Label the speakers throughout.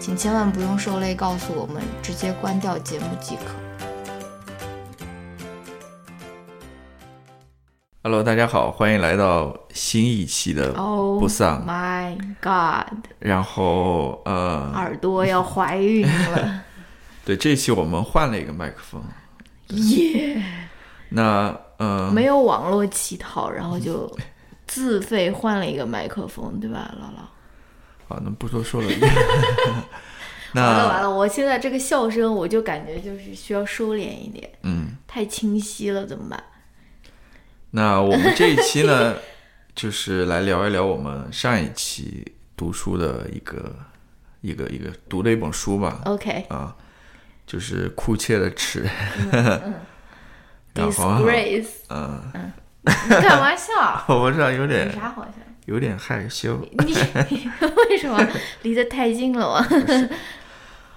Speaker 1: 请千万不用受累告诉我们，直接关掉节目即可。
Speaker 2: Hello，大家好，欢迎来到新一期的
Speaker 1: 哦
Speaker 2: 不丧。
Speaker 1: my god！
Speaker 2: 然后呃，
Speaker 1: 耳朵要怀孕 了，
Speaker 2: 对，这期我们换了一个麦克风。
Speaker 1: 耶！
Speaker 2: 那呃，
Speaker 1: 没有网络乞讨，然后就自费换了一个麦克风，对吧，姥姥？
Speaker 2: 好，那不多 说了。
Speaker 1: 完了完
Speaker 2: 那
Speaker 1: 了，我现在这个笑声，我就感觉就是需要收敛一点，
Speaker 2: 嗯，
Speaker 1: 太清晰了怎么办？
Speaker 2: 那我们这一期呢， 就是来聊一聊我们上一期读书的一个一个一个读的一本书吧。
Speaker 1: OK，
Speaker 2: 啊，就是库切的尺。 然后啊，
Speaker 1: 嗯 disgrace，
Speaker 2: 嗯，
Speaker 1: 开玩笑，
Speaker 2: 我不知道，有
Speaker 1: 有
Speaker 2: 点
Speaker 1: 啥好笑？
Speaker 2: 有点害羞。
Speaker 1: 你 为什么离得太近了啊吗？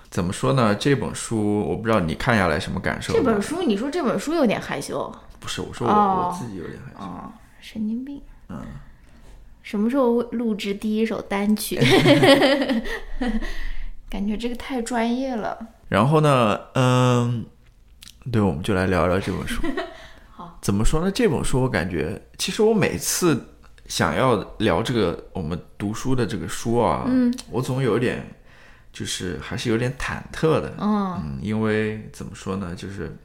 Speaker 2: 怎么说呢？这本书我不知道你看下来什么感受。
Speaker 1: 这本书，你说这本书有点害羞
Speaker 2: 不是我说我、
Speaker 1: 哦
Speaker 2: 我自己有点害羞。
Speaker 1: 哦，神经病。嗯，什么时候会录制第一首单曲？ 感觉这个太专业了。
Speaker 2: 然后呢，嗯，对，我们就来聊聊这本书。
Speaker 1: 好，
Speaker 2: 怎么说呢？这本书我感觉，其实我每次想要聊这个我们读书的这个书啊，
Speaker 1: 嗯，
Speaker 2: 我总有点就是还是有点忐忑的。
Speaker 1: 嗯，
Speaker 2: 嗯，因为怎么说呢，就是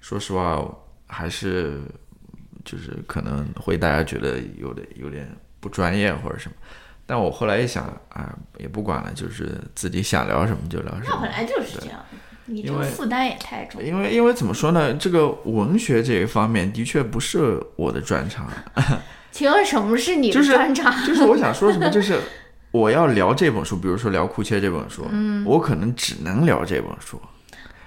Speaker 2: 说实话，还是就是可能会大家觉得有点有点不专业或者什么。但我后来一想，啊，也不管了，就是自己想聊什么就聊什
Speaker 1: 那
Speaker 2: 么
Speaker 1: 本。来就是这样，你这
Speaker 2: 因
Speaker 1: 个
Speaker 2: 为
Speaker 1: 负担也太重。
Speaker 2: 因为因为怎么说呢，这个文学这一方面的确不是我的专 长。
Speaker 1: 请问什么是你的
Speaker 2: 就是
Speaker 1: 专长？
Speaker 2: 就是我想说什么，就是我要聊这本书，比如说聊库切这本书，
Speaker 1: 嗯
Speaker 2: 我可能只能聊这本书，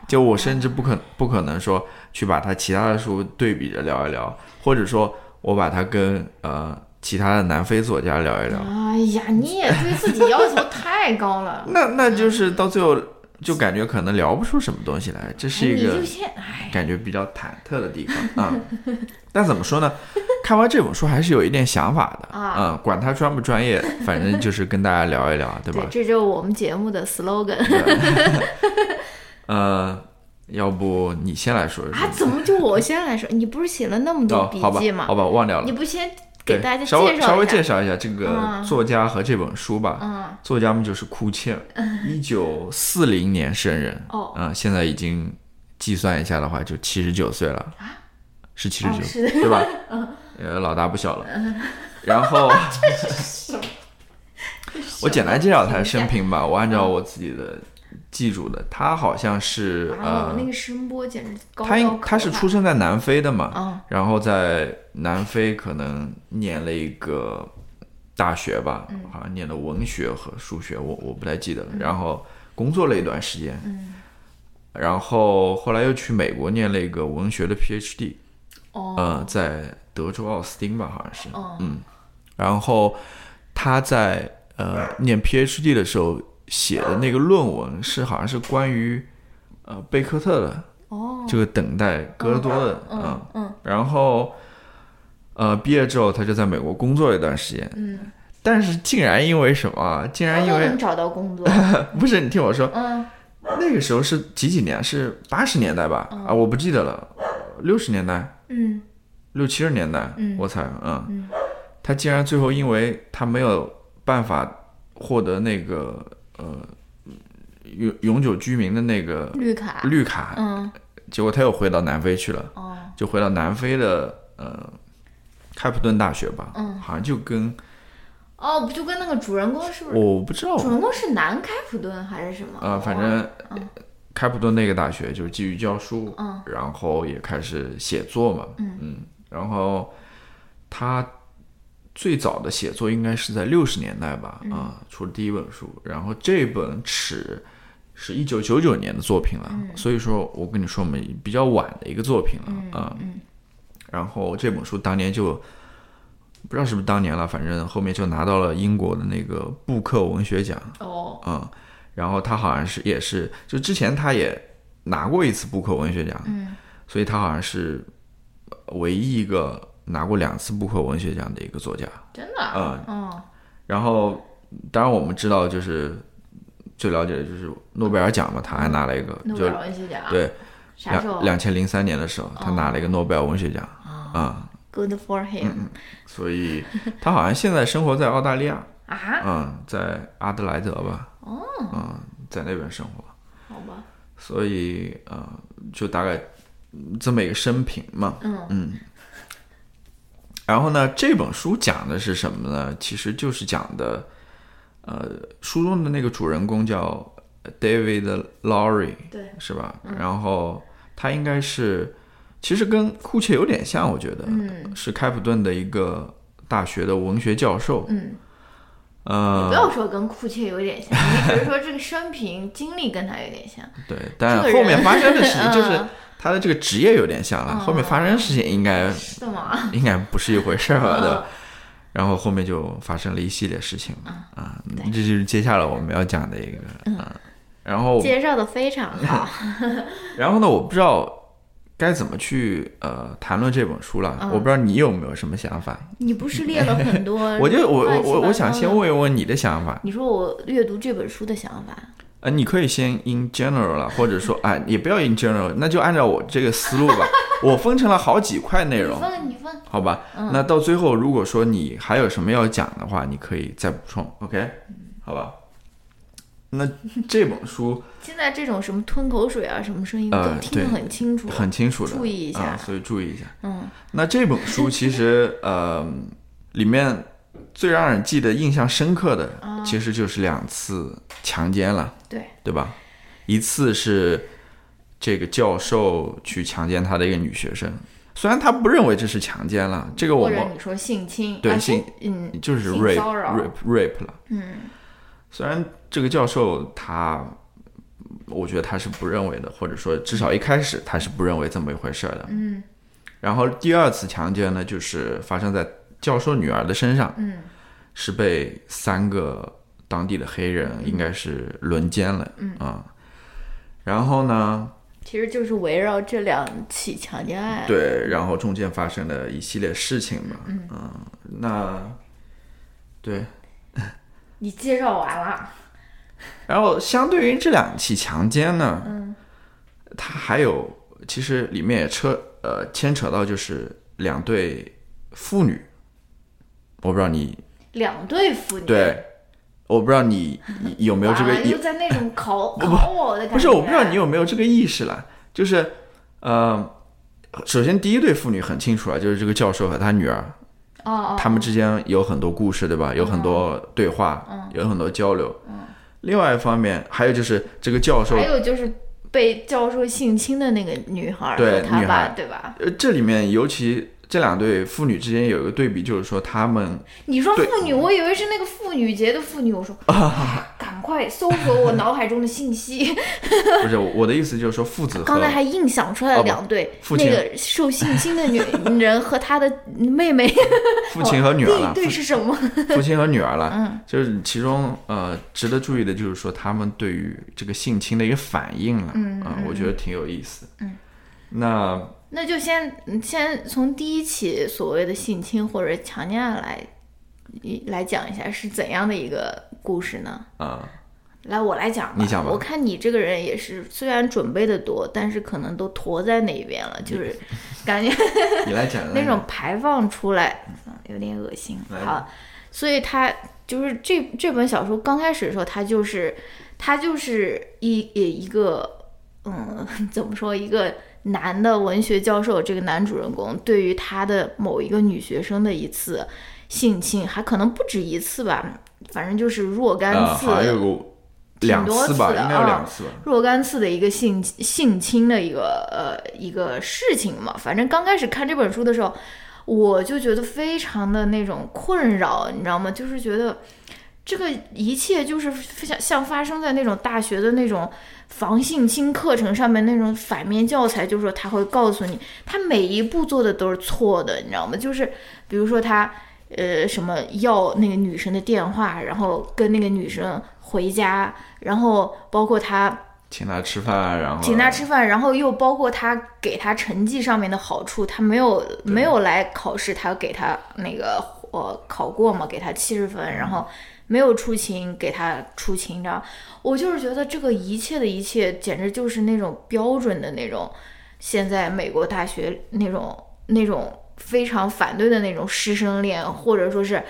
Speaker 2: 就我甚至不
Speaker 1: 啊
Speaker 2: 可不可能说去把它其他的书对比着聊一聊，或者说我把它跟呃其他的南非作家聊一聊，
Speaker 1: 哎呀，你也对自己要求太高 了。哎
Speaker 2: 那那就是
Speaker 1: 嗯
Speaker 2: 到最后就感觉可能聊不出什么东西来，这是
Speaker 1: 哎
Speaker 2: 一
Speaker 1: 你
Speaker 2: 个
Speaker 1: 就先哎，
Speaker 2: 感觉比较忐忑的地方啊。但怎么说呢？看完这本书还是有一点想法的
Speaker 1: 啊
Speaker 2: 嗯，管他专不专业，反正就是跟大家聊一聊，对吧
Speaker 1: 对，？这就是我们节目的 slogan
Speaker 2: 呃，要不你先来说一说
Speaker 1: 啊！怎么就我先来说？你不是写了那么多
Speaker 2: 哦，
Speaker 1: 笔
Speaker 2: 好吧
Speaker 1: 记，吗
Speaker 2: 好？吧，忘掉
Speaker 1: 你
Speaker 2: 了。
Speaker 1: 不先
Speaker 2: 对
Speaker 1: 给大家介
Speaker 2: 稍
Speaker 1: 绍一
Speaker 2: 微
Speaker 1: 下？
Speaker 2: 稍微介绍一下这
Speaker 1: 嗯
Speaker 2: 个作家和这本书吧。
Speaker 1: 嗯，
Speaker 2: 作家们就是库切 尔，一九四零年生人，
Speaker 1: 哦
Speaker 2: 嗯、现在已经计算一下的话，就七十九岁了，
Speaker 1: 啊
Speaker 2: 是七十
Speaker 1: 哦
Speaker 2: 九，
Speaker 1: 是的
Speaker 2: 对吧？呃，老大不小了。然后我简单介绍他的生平吧，我按照我自己的记住的，他好像是
Speaker 1: 啊，
Speaker 2: 呃
Speaker 1: 我，那个声波简直高
Speaker 2: 他
Speaker 1: 到
Speaker 2: 应
Speaker 1: 可
Speaker 2: 他是
Speaker 1: 怕
Speaker 2: 出生在南非的嘛，
Speaker 1: 啊
Speaker 2: 然后在南非可能念了一个大学吧，
Speaker 1: 嗯
Speaker 2: 好像念了文学和数学，我我不太记得了。然后工作了一段时间，
Speaker 1: 嗯
Speaker 2: 然后后来又去美国念了一个文学的 PhD，
Speaker 1: 哦
Speaker 2: 呃，在德州奥斯汀吧，好像是，
Speaker 1: 哦
Speaker 2: 嗯，然后他在呃念 PhD 的时候写的那个论文是好像是关于呃贝克特的
Speaker 1: 哦
Speaker 2: 这个等待戈尔多的，嗯
Speaker 1: 嗯嗯
Speaker 2: 然后，呃，毕业之后他就在美国工作了一段时间，
Speaker 1: 嗯，
Speaker 2: 但是竟然因为什么啊？竟
Speaker 1: 他
Speaker 2: 然因
Speaker 1: 都
Speaker 2: 为
Speaker 1: 能找到工作，
Speaker 2: 不是你听我说，
Speaker 1: 嗯
Speaker 2: 那个时候是几几年？是八十年代吧？啊，我不记得了，六十年代、
Speaker 1: 嗯
Speaker 2: 六七十年代，
Speaker 1: 嗯
Speaker 2: 我猜，嗯，
Speaker 1: 嗯
Speaker 2: 他竟然最后因为他没有办法获得那个呃永永久居民的那个
Speaker 1: 绿卡
Speaker 2: 绿卡，
Speaker 1: 嗯
Speaker 2: 结果他又回到南非去了，
Speaker 3: 哦，
Speaker 2: 就回到南非的呃开普敦大学吧，
Speaker 3: 嗯
Speaker 2: 好像就跟
Speaker 3: 哦，不就跟那个主人公是不是？
Speaker 2: 我不知道
Speaker 3: 主人公是南开普敦还是什么？
Speaker 2: 呃，反正开普敦那个大学就是基于教书，
Speaker 3: 嗯
Speaker 2: 然后也开始写作嘛，
Speaker 3: 嗯
Speaker 2: 然后他最早的写作应该是在六十年代吧，
Speaker 3: 嗯
Speaker 2: 啊、出了第一本书，然后这本《尺》是一九九九年的作品了，
Speaker 3: 嗯
Speaker 2: 所以说我跟你说我们比较晚的一个作品了啊、
Speaker 3: 嗯
Speaker 2: 然后这本书当年就。不知道是不是当年了，反正后面就拿到了英国的那个布克文学奖，
Speaker 3: 哦，
Speaker 2: 嗯，然后他好像是也是，就之前他也拿过一次布克文学奖，
Speaker 3: 嗯，
Speaker 2: 所以他好像是唯一一个拿过两次布克文学奖的一个作家。
Speaker 3: 真的啊，
Speaker 2: 嗯
Speaker 1: 嗯
Speaker 3: 哦，
Speaker 2: 然后，当然我们知道，就是最了解的就是诺贝尔奖嘛，他还拿了一个，
Speaker 3: 诺贝
Speaker 2: 就
Speaker 3: 尔文学
Speaker 1: 啊
Speaker 3: 奖，
Speaker 2: 对，
Speaker 3: 啥时候哦
Speaker 2: 两两千零三年的时候，他拿了一个诺贝尔文学奖啊、
Speaker 3: ？Good for
Speaker 2: 嗯
Speaker 3: him
Speaker 2: 所以他好像现在生活在澳大利亚，
Speaker 3: 啊？
Speaker 2: 嗯，在阿德莱德吧，哦，嗯，在那边生活。
Speaker 3: 好吧，
Speaker 2: 所以呃，就大概嗯这么一个生平嘛。
Speaker 3: 嗯
Speaker 2: 然后呢，这本书讲的是什么呢？其实就是讲的，呃，书中的那个主人公叫呃 David Lowry，
Speaker 3: 对，
Speaker 2: 是吧？
Speaker 3: 嗯
Speaker 2: 然后他应该是，其实跟库切有点像，我觉得、
Speaker 3: 嗯
Speaker 2: 是开普敦的一个大学的文学教授。
Speaker 3: 嗯，
Speaker 2: 呃，
Speaker 3: 不要说跟库切有点像，你只是说这个生平经历跟他有点像。
Speaker 2: 对，但
Speaker 3: 这个
Speaker 2: 后面
Speaker 3: 人
Speaker 2: 发生的事情就是
Speaker 3: 嗯
Speaker 2: 他的这个职业有点像了，后面发生的事情应该
Speaker 3: 是的吗？
Speaker 2: 应该不是一回事儿吧？对吧？然后后面就发生了一系列事情嘛，啊，这就是接下来我们要讲的一个，嗯，然后
Speaker 3: 介绍的非常
Speaker 2: 哦
Speaker 3: 好，
Speaker 2: 然后呢，我不知道该怎么去呃谈论这本书了，我不知道你有没有什么想法，
Speaker 3: 你不是列了很多
Speaker 2: 我就我我
Speaker 3: 乱七八
Speaker 2: 我
Speaker 3: 糟
Speaker 2: 我想先
Speaker 3: 的。
Speaker 2: 问一问你的想法，
Speaker 3: 你说我阅读这本书的想法，
Speaker 2: 呃，你可以先 in general 了，或者说哎，也不要 in general，那就按照我这个思路吧，我分成了好几块内
Speaker 3: 你
Speaker 2: 容，
Speaker 3: 问你问，
Speaker 2: 好吧，
Speaker 3: 嗯
Speaker 2: 那到最后，如果说你还有什么要讲的话，你可以再补充，OK，好
Speaker 3: 嗯
Speaker 2: 吧？那这本书
Speaker 3: 现在这种什么吞口水啊，什么声音
Speaker 2: 呃
Speaker 3: 都听
Speaker 2: 对
Speaker 3: 得很清楚。
Speaker 2: 很清楚的，
Speaker 3: 注意一下
Speaker 2: 啊所以注意一下。
Speaker 3: 嗯，
Speaker 2: 那这本书其 实呃，里面最让人记得印象深刻的，其实就是两次强奸了，
Speaker 3: 啊对，
Speaker 2: 对吧？一次是这个教授去强奸他的一个女学生，虽然他不认为这是强奸了，这个我
Speaker 3: 或
Speaker 2: 们
Speaker 3: 者你说性侵，
Speaker 2: 对
Speaker 3: 啊
Speaker 2: 性
Speaker 3: 嗯，
Speaker 2: 就是 rape
Speaker 3: 性骚扰
Speaker 2: rape rape 了。嗯，虽然这个教授他，我觉得他是不认为的，或者说至少一开始他是不认为这么一回事儿的。嗯。然后第二次强奸呢，就是发生在教授女儿的身上。嗯。是被三个当地的黑人应该是轮奸了。嗯啊、然后呢？
Speaker 3: 其实就是围绕这两起强奸案，
Speaker 2: 对，然后中间发生了一系列事情嘛。嗯。那对。
Speaker 3: 你介绍完了，
Speaker 2: 然后相对于这两起强奸呢，
Speaker 3: 嗯
Speaker 2: 它还有其实里面也扯呃牵扯到就是两对父女，我不知道你
Speaker 3: 两对父女，
Speaker 2: 对，我不知道你你有没有这个
Speaker 3: 完了
Speaker 2: 意
Speaker 3: 又，啊在那种 考考我的感觉，
Speaker 2: 不是我不知道你有没有这个意识了，就是呃，首先第一对父女很清楚啊，就是这个教授和他女儿，
Speaker 3: 哦哦，嗯
Speaker 2: 他们之间有很多故事，对吧？有很多对话，有很多交流。另外一方面，还有就是这个教授
Speaker 3: 还有就是被教授性侵的那个女孩儿
Speaker 2: 对
Speaker 3: 和他
Speaker 2: 女孩
Speaker 3: 爸，
Speaker 2: 儿
Speaker 3: 对吧？
Speaker 2: 呃，这里面尤其这两对父女之间有一个对比，就是说他 们
Speaker 3: 你说
Speaker 2: 对
Speaker 3: 妇女，我以为是那个妇女节的妇女，我说 啊赶快搜索我脑海中的信息。
Speaker 2: 不是我的意思，就是说父子
Speaker 3: 刚
Speaker 2: 和
Speaker 3: 才还硬想出来
Speaker 2: 哦
Speaker 3: 了
Speaker 2: 不
Speaker 3: 两对，
Speaker 2: 父
Speaker 3: 那
Speaker 2: 亲
Speaker 3: 个受性 侵的女人和她的妹妹，
Speaker 2: 父亲和 女儿
Speaker 3: 那
Speaker 2: 了
Speaker 3: 一，对是嗯什么？
Speaker 2: 父父亲和女儿了，就是其中呃值得注意的就是说他们对于这个性侵的一个反应了，嗯、我觉得挺有意思。嗯，那
Speaker 3: 那就先嗯先从第一起所谓的性侵或者强奸案来一来讲一下是怎样的一个故事呢？
Speaker 2: 啊、
Speaker 3: 来，我来讲吧。
Speaker 2: 你讲吧
Speaker 3: 我看你这个人也是，虽然准备的多，但是可能都驮在那边了，就是感觉
Speaker 2: 你嗯 来讲
Speaker 3: 那种排放出来，嗯有点恶心。
Speaker 2: 来吧
Speaker 3: 好，所以他就是这这本小说刚开始的时候，他 就是他就是一一一个嗯，怎么说一个男的文学教授这个男主人公对于他的某一个女学生的一次性侵，还可能不止一次吧，反正就是若干
Speaker 2: 呃，
Speaker 3: 次，
Speaker 2: 好像有个两
Speaker 3: 多
Speaker 2: 次
Speaker 3: 次
Speaker 2: 吧，
Speaker 3: 的
Speaker 2: 应该有
Speaker 3: 啊
Speaker 2: 两次吧。
Speaker 3: 若干次的一个性性侵的一个呃一个事情嘛。反正刚开始看这本书的时候，我就觉得非常的那种困扰，你知道吗？就是觉得这个一切就是像像发生在那种大学的那种防性侵课程上面那种反面教材，就是说他会告诉你，他每一步做的都是错的，你知道吗？就是比如说他。呃，什么要那个女生的电话，然后跟那个女生回家，然后包括他
Speaker 2: 请他吃饭，然后
Speaker 3: 请他吃饭，然后又包括他给他成绩上面的好处，他没有没有来考试，他给他那个呃考过嘛，给他七十分，然后没有出勤给他出勤的，我就是觉得这个一切的一切，简直就是那种标准的那种，现在美国大学那种那种非常反对的那种师生恋，或者说是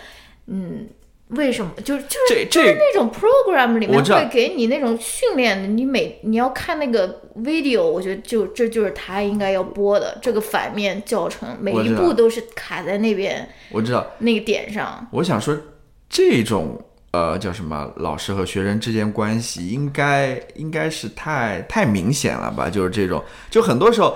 Speaker 3: 嗯。为什么就就是
Speaker 2: 这
Speaker 3: 就是
Speaker 2: 这
Speaker 3: 那种 program 里面
Speaker 2: 我知道
Speaker 3: 会给你那种训练，你每你要看那个 video，我觉得就这就是他应该要播的这个反面教程，每
Speaker 2: 我
Speaker 3: 一
Speaker 2: 知道
Speaker 3: 步都是卡在那边
Speaker 2: 我知道，
Speaker 3: 那个点上。
Speaker 2: 我想说这种呃叫什么老师和学生之间关系应该应该是太太明显了吧？就是这种，就很多时候，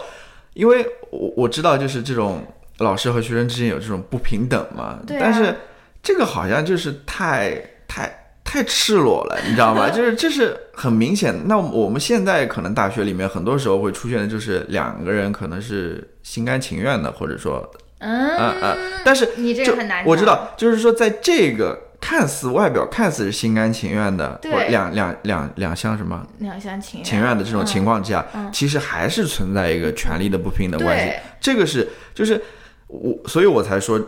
Speaker 2: 因为我我知道就是这种老师和学生之间有这种不平等嘛，
Speaker 3: 对啊
Speaker 2: 但是这个好像就是太太。太赤裸了，你知道吗？就是这是很明显的。那我们现在可能大学里面很多时候会出现的就是两个人可能是心甘情愿的，或者说，
Speaker 3: 嗯，
Speaker 2: 嗯嗯，但是
Speaker 3: 你这
Speaker 2: 就
Speaker 3: 个很难，
Speaker 2: 我知。道，就是说在这个看似外表看似是心甘情愿的，
Speaker 3: 对嗯
Speaker 2: 或两两两两相什么
Speaker 3: 两厢情
Speaker 2: 情愿的这种情况之下，其实还是存在一个权力的不平等关系
Speaker 3: 嗯对。
Speaker 2: 这个是就是我，所以我才说。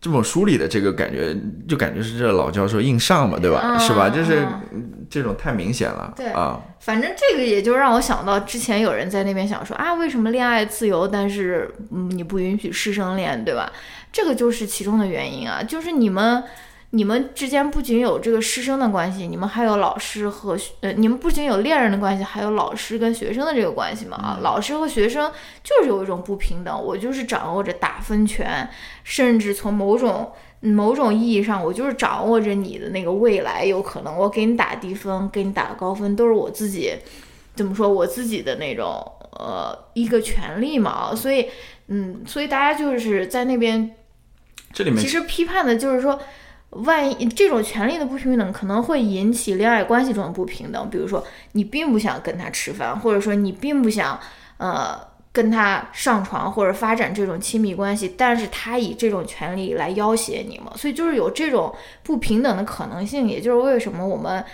Speaker 2: 这本书里的这个感觉，就感觉是这老教授硬上嘛，对吧？
Speaker 3: 嗯
Speaker 2: 是吧？就是
Speaker 3: 嗯
Speaker 2: 嗯这种太明显了，
Speaker 3: 对
Speaker 2: 啊，
Speaker 3: 反正这个也就让我想到之前有人在那边想说啊，为什么恋爱自由，但是嗯你不允许师生恋，对吧？这个就是其中的原因啊，就是你们你们之间不仅有这个师生的关系，你们还有老师和学呃，你们不仅有恋人的关系，还有老师跟学生的这个关系嘛啊，老师和学生就是有一种不平等，我就是掌握着打分权，甚至从某种。某种意义上，我就是掌握着你的那个未来，有可能我给你打低分，给你打高分，都是我自己怎么说我自己的那种呃一个权利嘛，所以嗯，所以大家就是在那边
Speaker 2: 这里面
Speaker 3: 其实批判的就是说，万一这种权利的不平等可能会引起恋爱关系中的不平等，比如说你并不想跟他吃饭，或者说你并不想呃跟他上床或者发展这种亲密关系，但是他以这种权利来要挟你嘛，所以就是有这种不平等的可能性，也就是为什么我们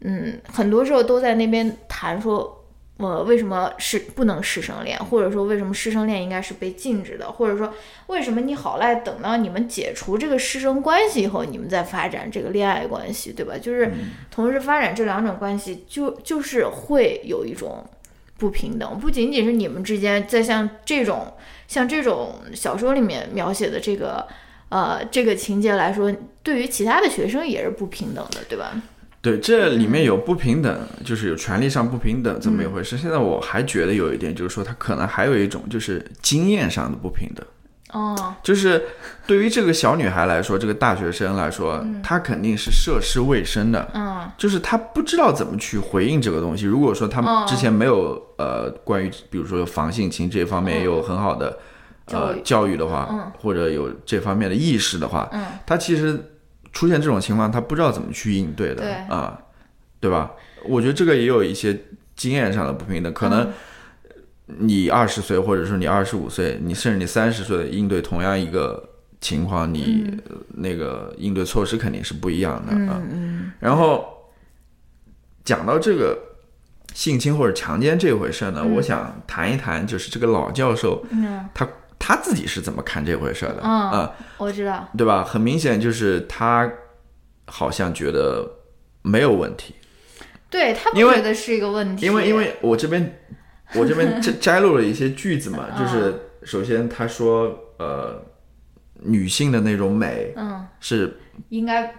Speaker 3: 嗯很多时候都在那边谈说。呃，为什么是不能师生恋，或者说为什么师生恋应该是被禁止的，或者说为什么你好赖等到你们解除这个师生关系以后，你们再发展这个恋爱关系，对吧？就是
Speaker 2: 嗯
Speaker 3: 同时发展这两种关系就，就是会有一种不平等，不仅仅是你们之间，在像这种像这种小说里面描写的这个呃这个情节来说，对于其他的学生也是不平等的，对吧？
Speaker 2: 对，这
Speaker 3: 嗯
Speaker 2: 里面有不平等，就是有权利上不平等这么一回事。现在我还觉得有一点，就是说他可能还有一种就是经验上的不平等，
Speaker 3: 哦，
Speaker 2: 就是对于这个小女孩来说，这个大学生来说，她肯定是涉世未深的，
Speaker 3: 嗯，
Speaker 2: 就是她不知道怎么去回应这个东西。如果说
Speaker 3: 哦
Speaker 2: 她之前没有、呃关于比如说防性侵这方面有很好的、
Speaker 3: 嗯教
Speaker 2: 呃
Speaker 3: 育
Speaker 2: 教育的话，或者有这方面的意识的话，
Speaker 3: 嗯
Speaker 2: 她其实出现这种情况，她不知道怎么去应对的
Speaker 3: 对
Speaker 2: 啊、对吧？我觉得这个也有一些经验上的不平等，可
Speaker 3: 嗯
Speaker 2: 能你二十岁，或者说你二十五岁，你甚至你三十岁应对同样一个情况，你、呃
Speaker 3: 嗯
Speaker 2: 那个应对措施肯定是不一样的、啊。
Speaker 3: 嗯
Speaker 2: 然后讲到这个性侵或者强奸这回事呢，
Speaker 3: 嗯
Speaker 2: 我想谈一谈，就是这个老教授，他他自己是怎么看这回事的
Speaker 3: 嗯
Speaker 2: 啊、
Speaker 3: 我知道，
Speaker 2: 对吧？很明显就是他好像觉得没有问题，
Speaker 3: 对他不
Speaker 2: 因为
Speaker 3: 觉得是一个问题，
Speaker 2: 因为因为我这边我这边 摘摘录了一些句子嘛，
Speaker 3: 嗯
Speaker 2: 就是首先他说呃，女性的那种美
Speaker 3: 嗯
Speaker 2: 是
Speaker 3: 应该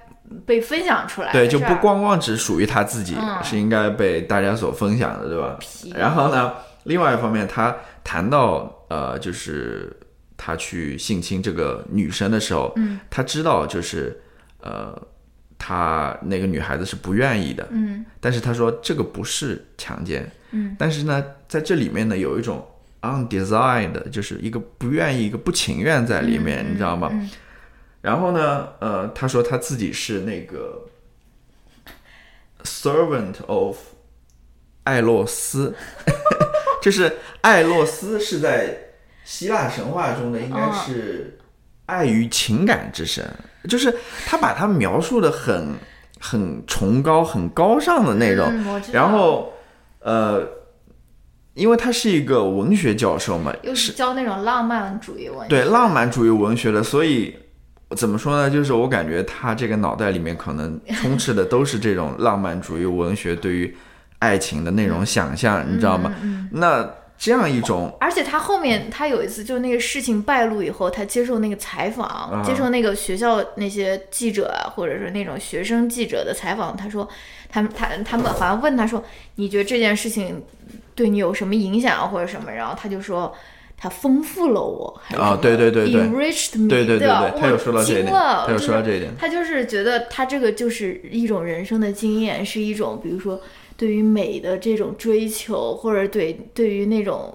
Speaker 3: 被分享出来，
Speaker 2: 对，就不
Speaker 3: 是吧
Speaker 2: 光光只属于她自己，
Speaker 3: 嗯
Speaker 2: 是应该被大家所分享的，对吧？
Speaker 3: 皮
Speaker 2: 然后呢，另外一方面，他谈到呃，就是他去性侵这个女生的时候，
Speaker 3: 嗯，
Speaker 2: 他知道就是呃，他那个女孩子是不愿意的，
Speaker 3: 嗯
Speaker 2: 但是他说这个不是强奸，
Speaker 3: 嗯，
Speaker 2: 但是呢，在这里面呢有一种 undesired，就是一个不愿意、一个不情愿在里面，你知道吗？
Speaker 3: 嗯
Speaker 2: 然后呢，呃，他说他自己是那个 servant of 艾洛斯， 就是艾洛斯是在希腊神话中的应该是爱与情感之神，就是他把他描述的很很崇高、很高尚的那种，
Speaker 3: 嗯我知道
Speaker 2: 然后呃，因为他是一个文学教授嘛，
Speaker 3: 又是教那种浪漫主义文学，
Speaker 2: 对浪漫主义文学的，所以怎么说呢？就是我感觉他这个脑袋里面可能充斥的都是这种浪漫主义文学对于爱情的那种想象，你知道吗？那这样一种，
Speaker 3: 而且他后面他有一次就是那个事情败露以后，他接受那个采访，
Speaker 2: 啊
Speaker 3: 接受那个学校那些记者啊，或者是那种学生记者的采访，他说他们他他们好像问他说，你觉得这件事情对你有什么影响啊或者什么？然后他就说。他丰富了我，还是
Speaker 2: 啊
Speaker 3: 什么
Speaker 2: 对对对对
Speaker 3: ，enriched me，
Speaker 2: 对对对
Speaker 3: 吧？
Speaker 2: 对，他有说到这一
Speaker 3: 我
Speaker 2: 点，
Speaker 3: 惊了
Speaker 2: 他有说到
Speaker 3: 就是
Speaker 2: 这一点，
Speaker 3: 他就是觉得他这个就是一种人生的经验，是一种比如说对于美的这种追求，或者对对于那种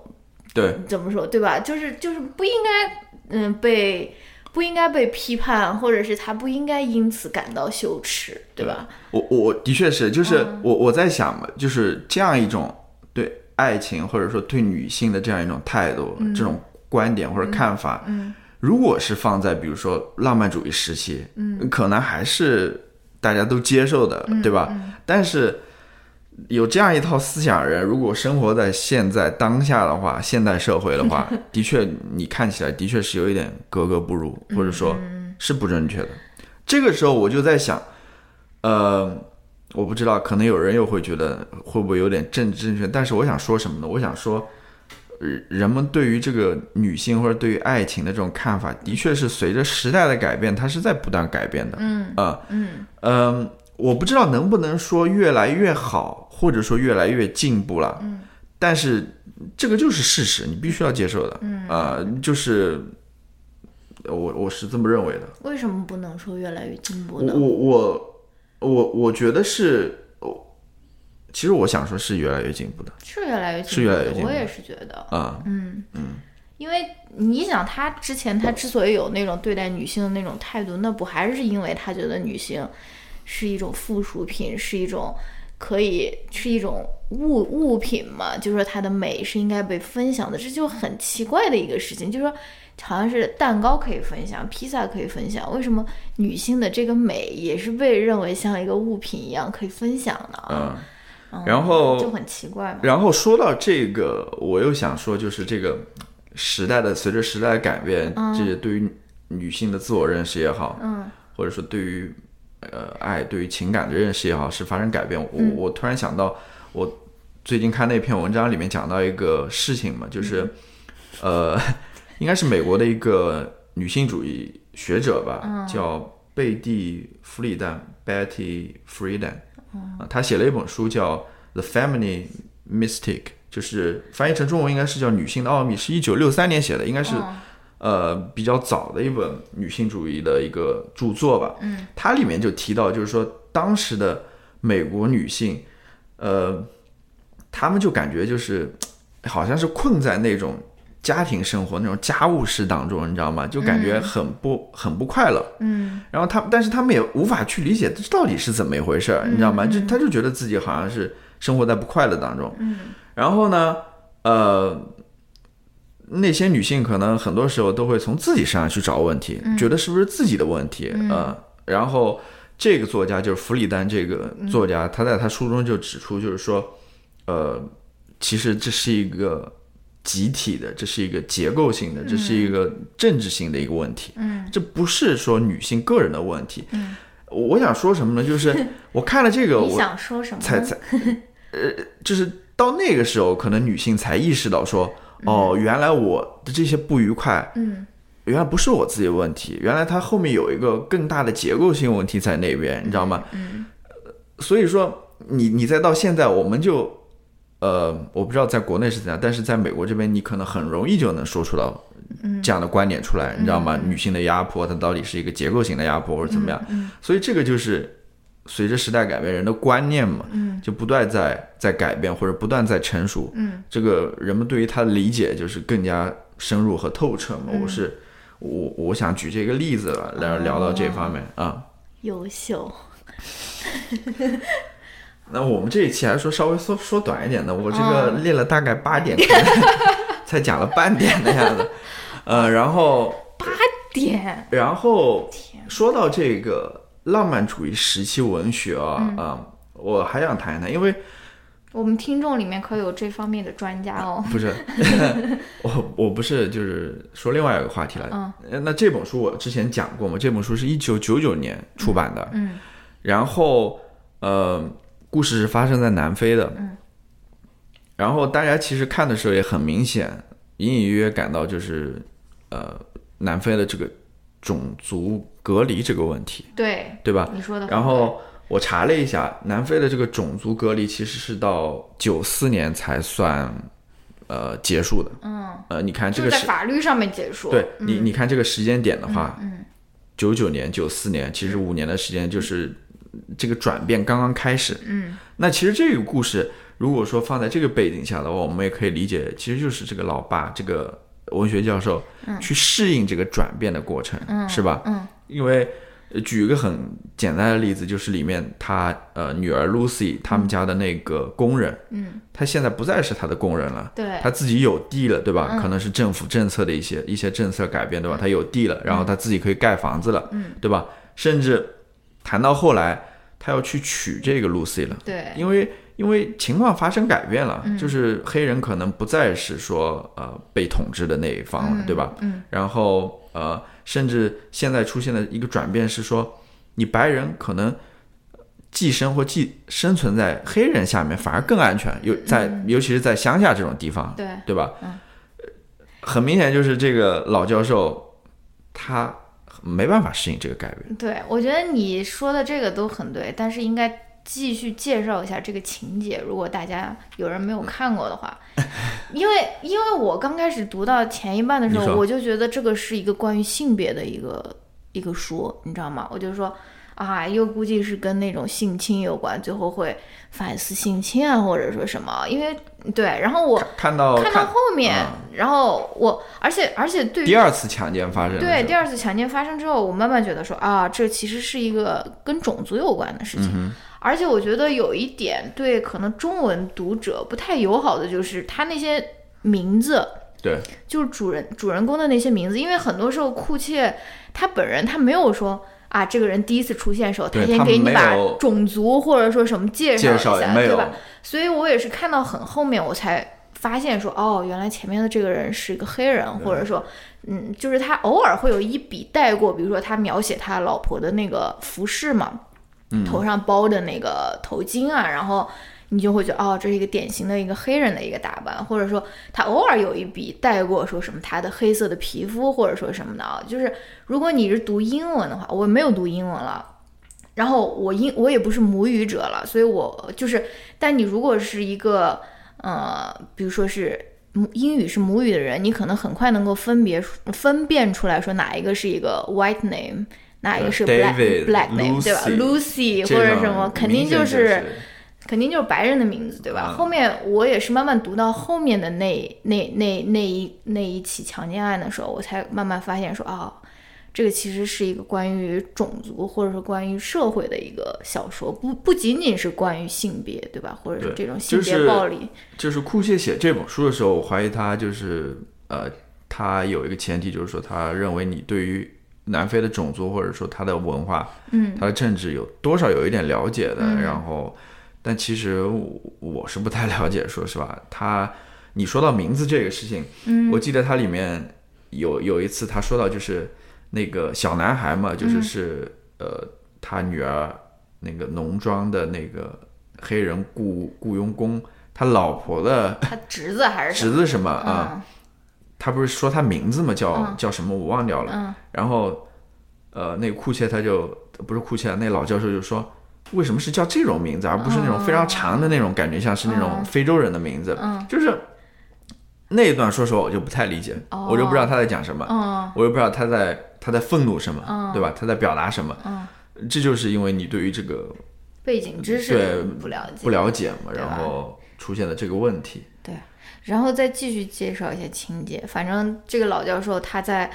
Speaker 2: 对
Speaker 3: 怎么说，对吧？就是就是不应该，嗯，被不应该被批判，或者是他不应该因此感到羞耻，对吧？
Speaker 2: 我我的确是，就是
Speaker 3: 嗯
Speaker 2: 我我在想嘛，就是这样一种对爱情或者说对女性的这样一种态度、这种观点或者看法，
Speaker 3: 嗯
Speaker 2: 如果是放在比如说浪漫主义时期，
Speaker 3: 嗯，
Speaker 2: 可能还是大家都接受的，对吧？
Speaker 3: 嗯
Speaker 2: 但是有这样一套思想的人，如果生活在现在当下的话，现代社会的 话，的确你看起来的确是有一点格格不入，
Speaker 3: 嗯
Speaker 2: 或者说是不正确的。这个时候我就在想，呃。我不知道，可能有人又会觉得会不会有点政治正确？但是我想说什么呢？我想说，呃人们对于这个女性或者对于爱情的这种看法，的确是随着时代的改变，它是在不断改变的。嗯啊嗯我不知道能不能说越来越好，或者说越来越进步了。嗯，但是这个就是事实，你必须要接受的。嗯啊、就是我我是这么认为的。
Speaker 3: 为什么不能说越来越进步
Speaker 2: 我
Speaker 3: 呢？
Speaker 2: 我我我我觉得是，哦其实我想说是越来越进步的
Speaker 3: 是越来越
Speaker 2: 是
Speaker 3: 进步
Speaker 2: 越来
Speaker 3: 的，
Speaker 2: 越进步
Speaker 3: 我也是觉得，
Speaker 2: 啊、
Speaker 3: 因为你想，他之前他之所以有那种对待女性的那种态度，那不还是因为他觉得女性是一种附属品，是一种可以是一种物物品嘛？就是说它的美是应该被分享的，这就很奇怪的一个事情。就是说，好像是蛋糕可以分享，披萨可以分享，为什么女性的这个美也是被认为像一个物品一样可以分享呢？
Speaker 2: 嗯。然后
Speaker 3: 就很奇怪嘛。
Speaker 2: 然后说到这个，我又想说，就是这个时代的随着时代的改变，这些对于女性的自我认识也好，
Speaker 3: 嗯
Speaker 2: 或者说对于呃爱、对于情感的认识也好，是发生改变。我、我突然想到，我最近看那篇文章里面讲到一个事情嘛，就是、呃， 应该是美国的一个女性主义学者吧，叫贝蒂·弗里丹 （Betty Friedan），、啊，她写了一本书叫《The Feminine Mystic》，就是翻译成中文应该是叫《女性的奥秘》，是一九六三年写的，应该是、呃比较早的一本女性主义的一个著作吧。嗯，它里面就提到，就是说当时的美国女性，呃，她们就感觉就是好像是困在那种家庭生活那种家务事当中，你知道吗？就感觉很不、很不快乐。
Speaker 3: 嗯
Speaker 2: 然后他，但是他们也无法去理解这到底是怎么一回事儿，你知道吗？就他就觉得自己好像是生活在不快乐当中。嗯。然后呢，呃，那些女性可能很多时候都会从自己身上去找问题，觉得是不是自己的问题，嗯、然后这个作家就是弗里丹这个作家，他在他书中就指出，就是说，呃，其实这是一个集体的，这是一个结构性的，这是一个政治性的一个问题。
Speaker 3: 嗯，
Speaker 2: 这不是说女性个人的问题。嗯，我想说什么呢？就是我看了 这个，
Speaker 3: 你
Speaker 2: 我
Speaker 3: 想说什么呢？
Speaker 2: 才才呃，
Speaker 3: 嗯
Speaker 2: 就是到那个时候，可能女性才意识到说，哦，原来我的这些不愉快，
Speaker 3: 嗯
Speaker 2: 原来不是我自己的问题，原来它后面有一个更大的结构性问题在那边，你知道吗？呃
Speaker 3: 嗯
Speaker 2: 所以说，你你再到现在，我们就呃，我不知道在国内是怎样，但是在美国这边，你可能很容易就能说出来
Speaker 3: 嗯
Speaker 2: 这样的观点出来，你知道吗？女性的压迫，它到底是一个结构性的压迫，或者怎么样？
Speaker 3: 嗯
Speaker 2: 所以这个就是随着时代改变，人的观念嘛，就不断在在改变，或者不断在成熟。
Speaker 3: 嗯，
Speaker 2: 这个人们对于它的理解就是更加深入和透彻
Speaker 3: 嗯
Speaker 2: 嘛。我是我，我想举这个例子
Speaker 3: 哦
Speaker 2: 来聊到这方面啊。
Speaker 3: 优秀，
Speaker 2: 那我们这一期还说稍微说说短一点的，我这个
Speaker 3: 哦
Speaker 2: 列了大概八点，可能 才讲了半点的样子。呃，然 后
Speaker 3: 点
Speaker 2: 然后说到这个浪漫主义时期文学啊，
Speaker 3: 嗯
Speaker 2: 啊、我还想谈一谈，因为
Speaker 3: 我们听众里面可有这方面的专家哦。
Speaker 2: 不是 我我不是就是说另外一个话题了。嗯，那这本书我之前讲过嘛，这本书是一九九九年出版的。
Speaker 3: 嗯
Speaker 2: 然后呃，故事是发生在南非的。然后大家其实看的时候也很明显，隐隐约约感到就是呃，南非的这个种族隔离这个问题，
Speaker 3: 对，
Speaker 2: 对吧？
Speaker 3: 你说的。
Speaker 2: 啊然后我查了一下，南非的这个种族隔离其实是到九四年才算呃结束的。
Speaker 3: 嗯，
Speaker 2: 呃，你看这
Speaker 3: 就
Speaker 2: 个
Speaker 3: 在
Speaker 2: 时，
Speaker 3: 法律上面结束。
Speaker 2: 对你你看这个时间点的话，
Speaker 3: 嗯
Speaker 2: 九九年、九四年，其实五年的时间就是这个转变刚刚开始。
Speaker 3: 嗯，
Speaker 2: 那其实这个故事，如果说放在这个背景下的话，我们也可以理解，其实就是这个老爸这个文学教授去适应这个转变的过程，是吧？
Speaker 3: 嗯，
Speaker 2: 因为呃举一个很简单的例子，就是里面他呃女儿 Lucy 他们家的那个工人，
Speaker 3: 嗯，
Speaker 2: 他现在不再是他的工人了。
Speaker 3: 对，嗯
Speaker 2: 他自己有地了，对吧？可能是政府政策的一些一些政策改变，对吧？他有地了，然后他自己可以盖房子了，
Speaker 3: 嗯
Speaker 2: 对吧？甚至谈到后来，他要去娶这个 Lucy 了，
Speaker 3: 对，嗯
Speaker 2: 因为因为情况发生改变了，就是黑人可能不再是说呃被统治的那一方了，对吧？
Speaker 3: 嗯
Speaker 2: 然后呃，甚至现在出现的一个转变是说，你白人可能呃寄生或寄生存在黑人下面反而更安全，尤在、
Speaker 3: 嗯
Speaker 2: 尤其是在乡下这种地方，
Speaker 3: 对，
Speaker 2: 对吧？
Speaker 3: 嗯
Speaker 2: 很明显就是这个老教授他没办法适应这个改变。
Speaker 3: 对，我觉得你说的这个都很对，但是应该继续介绍一下这个情节，如果大家有人没
Speaker 2: 嗯
Speaker 3: 有看过的话， 因为因为我刚开始读到前一半的时
Speaker 2: 你
Speaker 3: 候，
Speaker 2: 说
Speaker 3: 我就觉得这个是一个关于性别的一个一个书，你知道吗？我就说。啊，又估计是跟那种性侵有关，最后会反思性侵啊，或者说什么？因为对，然后我
Speaker 2: 看看嗯到
Speaker 3: 看到后面，然后我，而且而且对于
Speaker 2: 第二次强奸发生的时候，
Speaker 3: 对，第二次强奸发生之后，我慢慢觉得说啊，这其实是一个跟种族有关的事
Speaker 2: 嗯
Speaker 3: 情。而且我觉得有一点对可能中文读者不太友好的就是他那些名字，
Speaker 2: 对
Speaker 3: 就是主人主人公的那些名字，因为很多时候库切他本人他没有说。啊，这个人第一次出现的时候，
Speaker 2: 对
Speaker 3: 先
Speaker 2: 他
Speaker 3: 给你
Speaker 2: 没
Speaker 3: 把
Speaker 2: 有
Speaker 3: 种族或者说什么介绍
Speaker 2: 介
Speaker 3: 一
Speaker 2: 绍也
Speaker 3: 下，
Speaker 2: 没
Speaker 3: 对
Speaker 2: 有
Speaker 3: 吧？所以我也是看到很后面，我才发现说，哦，原来前面的这个人是一个黑人，或者说，嗯，就是他偶尔会有一笔带过，比如说他描写他老婆的那个服饰嘛，
Speaker 2: 嗯
Speaker 3: 头上包的那个头巾啊，然后。你就会觉得哦，这是一个典型的一个黑人的一个打扮，或者说他偶尔有一笔带过说什么他的黑色的皮肤，或者说什么的啊，就是如果你是读英文的话，我没有读英文了，然后我英我也不是母语者了，所以我就是，但你如果是一个呃，比如说是母英语是母语的人，你可能很快能够分别出分辨出来说哪一个是一个 white name，哪一个是
Speaker 2: 呃
Speaker 3: black
Speaker 2: David，
Speaker 3: black name，对吧
Speaker 2: Lucy
Speaker 3: ？Lucy
Speaker 2: 这
Speaker 3: 或者
Speaker 2: 种
Speaker 3: 什么，肯定
Speaker 2: 明显
Speaker 3: 就。
Speaker 2: 就是
Speaker 3: 肯定就是白人的名字，对吧？
Speaker 2: 嗯
Speaker 3: 后面我也是慢慢读到后面的那那那那一那一起强奸案的时候，我才慢慢发现说，哦，这个其实是一个关于种族或者说关于社会的一个小说，不不仅仅是关于性别，对吧？或者说
Speaker 2: 对
Speaker 3: 这种性
Speaker 2: 就
Speaker 3: 别
Speaker 2: 是
Speaker 3: 暴力，
Speaker 2: 就是库谢写这本书的时候，我怀疑他就是呃，他有一个前提，就是说他认为你对于南非的种族或者说他的文化，
Speaker 3: 嗯，
Speaker 2: 他的政治有多少有一点了解的，然后，但其实我我是不太了解，说实话，他你说到名字这个事情，嗯，我记得它里面有有一次他说到就是那个小男孩嘛，就是是、呃他女儿那个农庄的那个黑人雇雇佣工，他老婆的
Speaker 3: 他侄子嗯还是什
Speaker 2: 侄
Speaker 3: 么？
Speaker 2: 子什么啊？他不是说他名字嘛，叫、
Speaker 3: 嗯
Speaker 2: 叫什么我忘掉了。然后，呃，那个库切他就不是库切，那老教授就说为什么是叫这种名字，而不是那种非常长的那种，感觉像是那种非洲人的名字？
Speaker 3: 嗯
Speaker 2: 就是那一段，说实话我就不太理解，
Speaker 3: 哦
Speaker 2: 我就不知道他在讲什么，
Speaker 3: 嗯
Speaker 2: 我又不知道他在他在愤怒什么，
Speaker 3: 嗯
Speaker 2: 对吧？他在表达什么？
Speaker 3: 嗯，
Speaker 2: 这就是因为你对于这个
Speaker 3: 背景知
Speaker 2: 对
Speaker 3: 识不了解，
Speaker 2: 不了解嘛，
Speaker 3: 对吧啊
Speaker 2: 然后出现了这个问题。
Speaker 3: 然后再继续介绍一些情节。反正这个老教授他在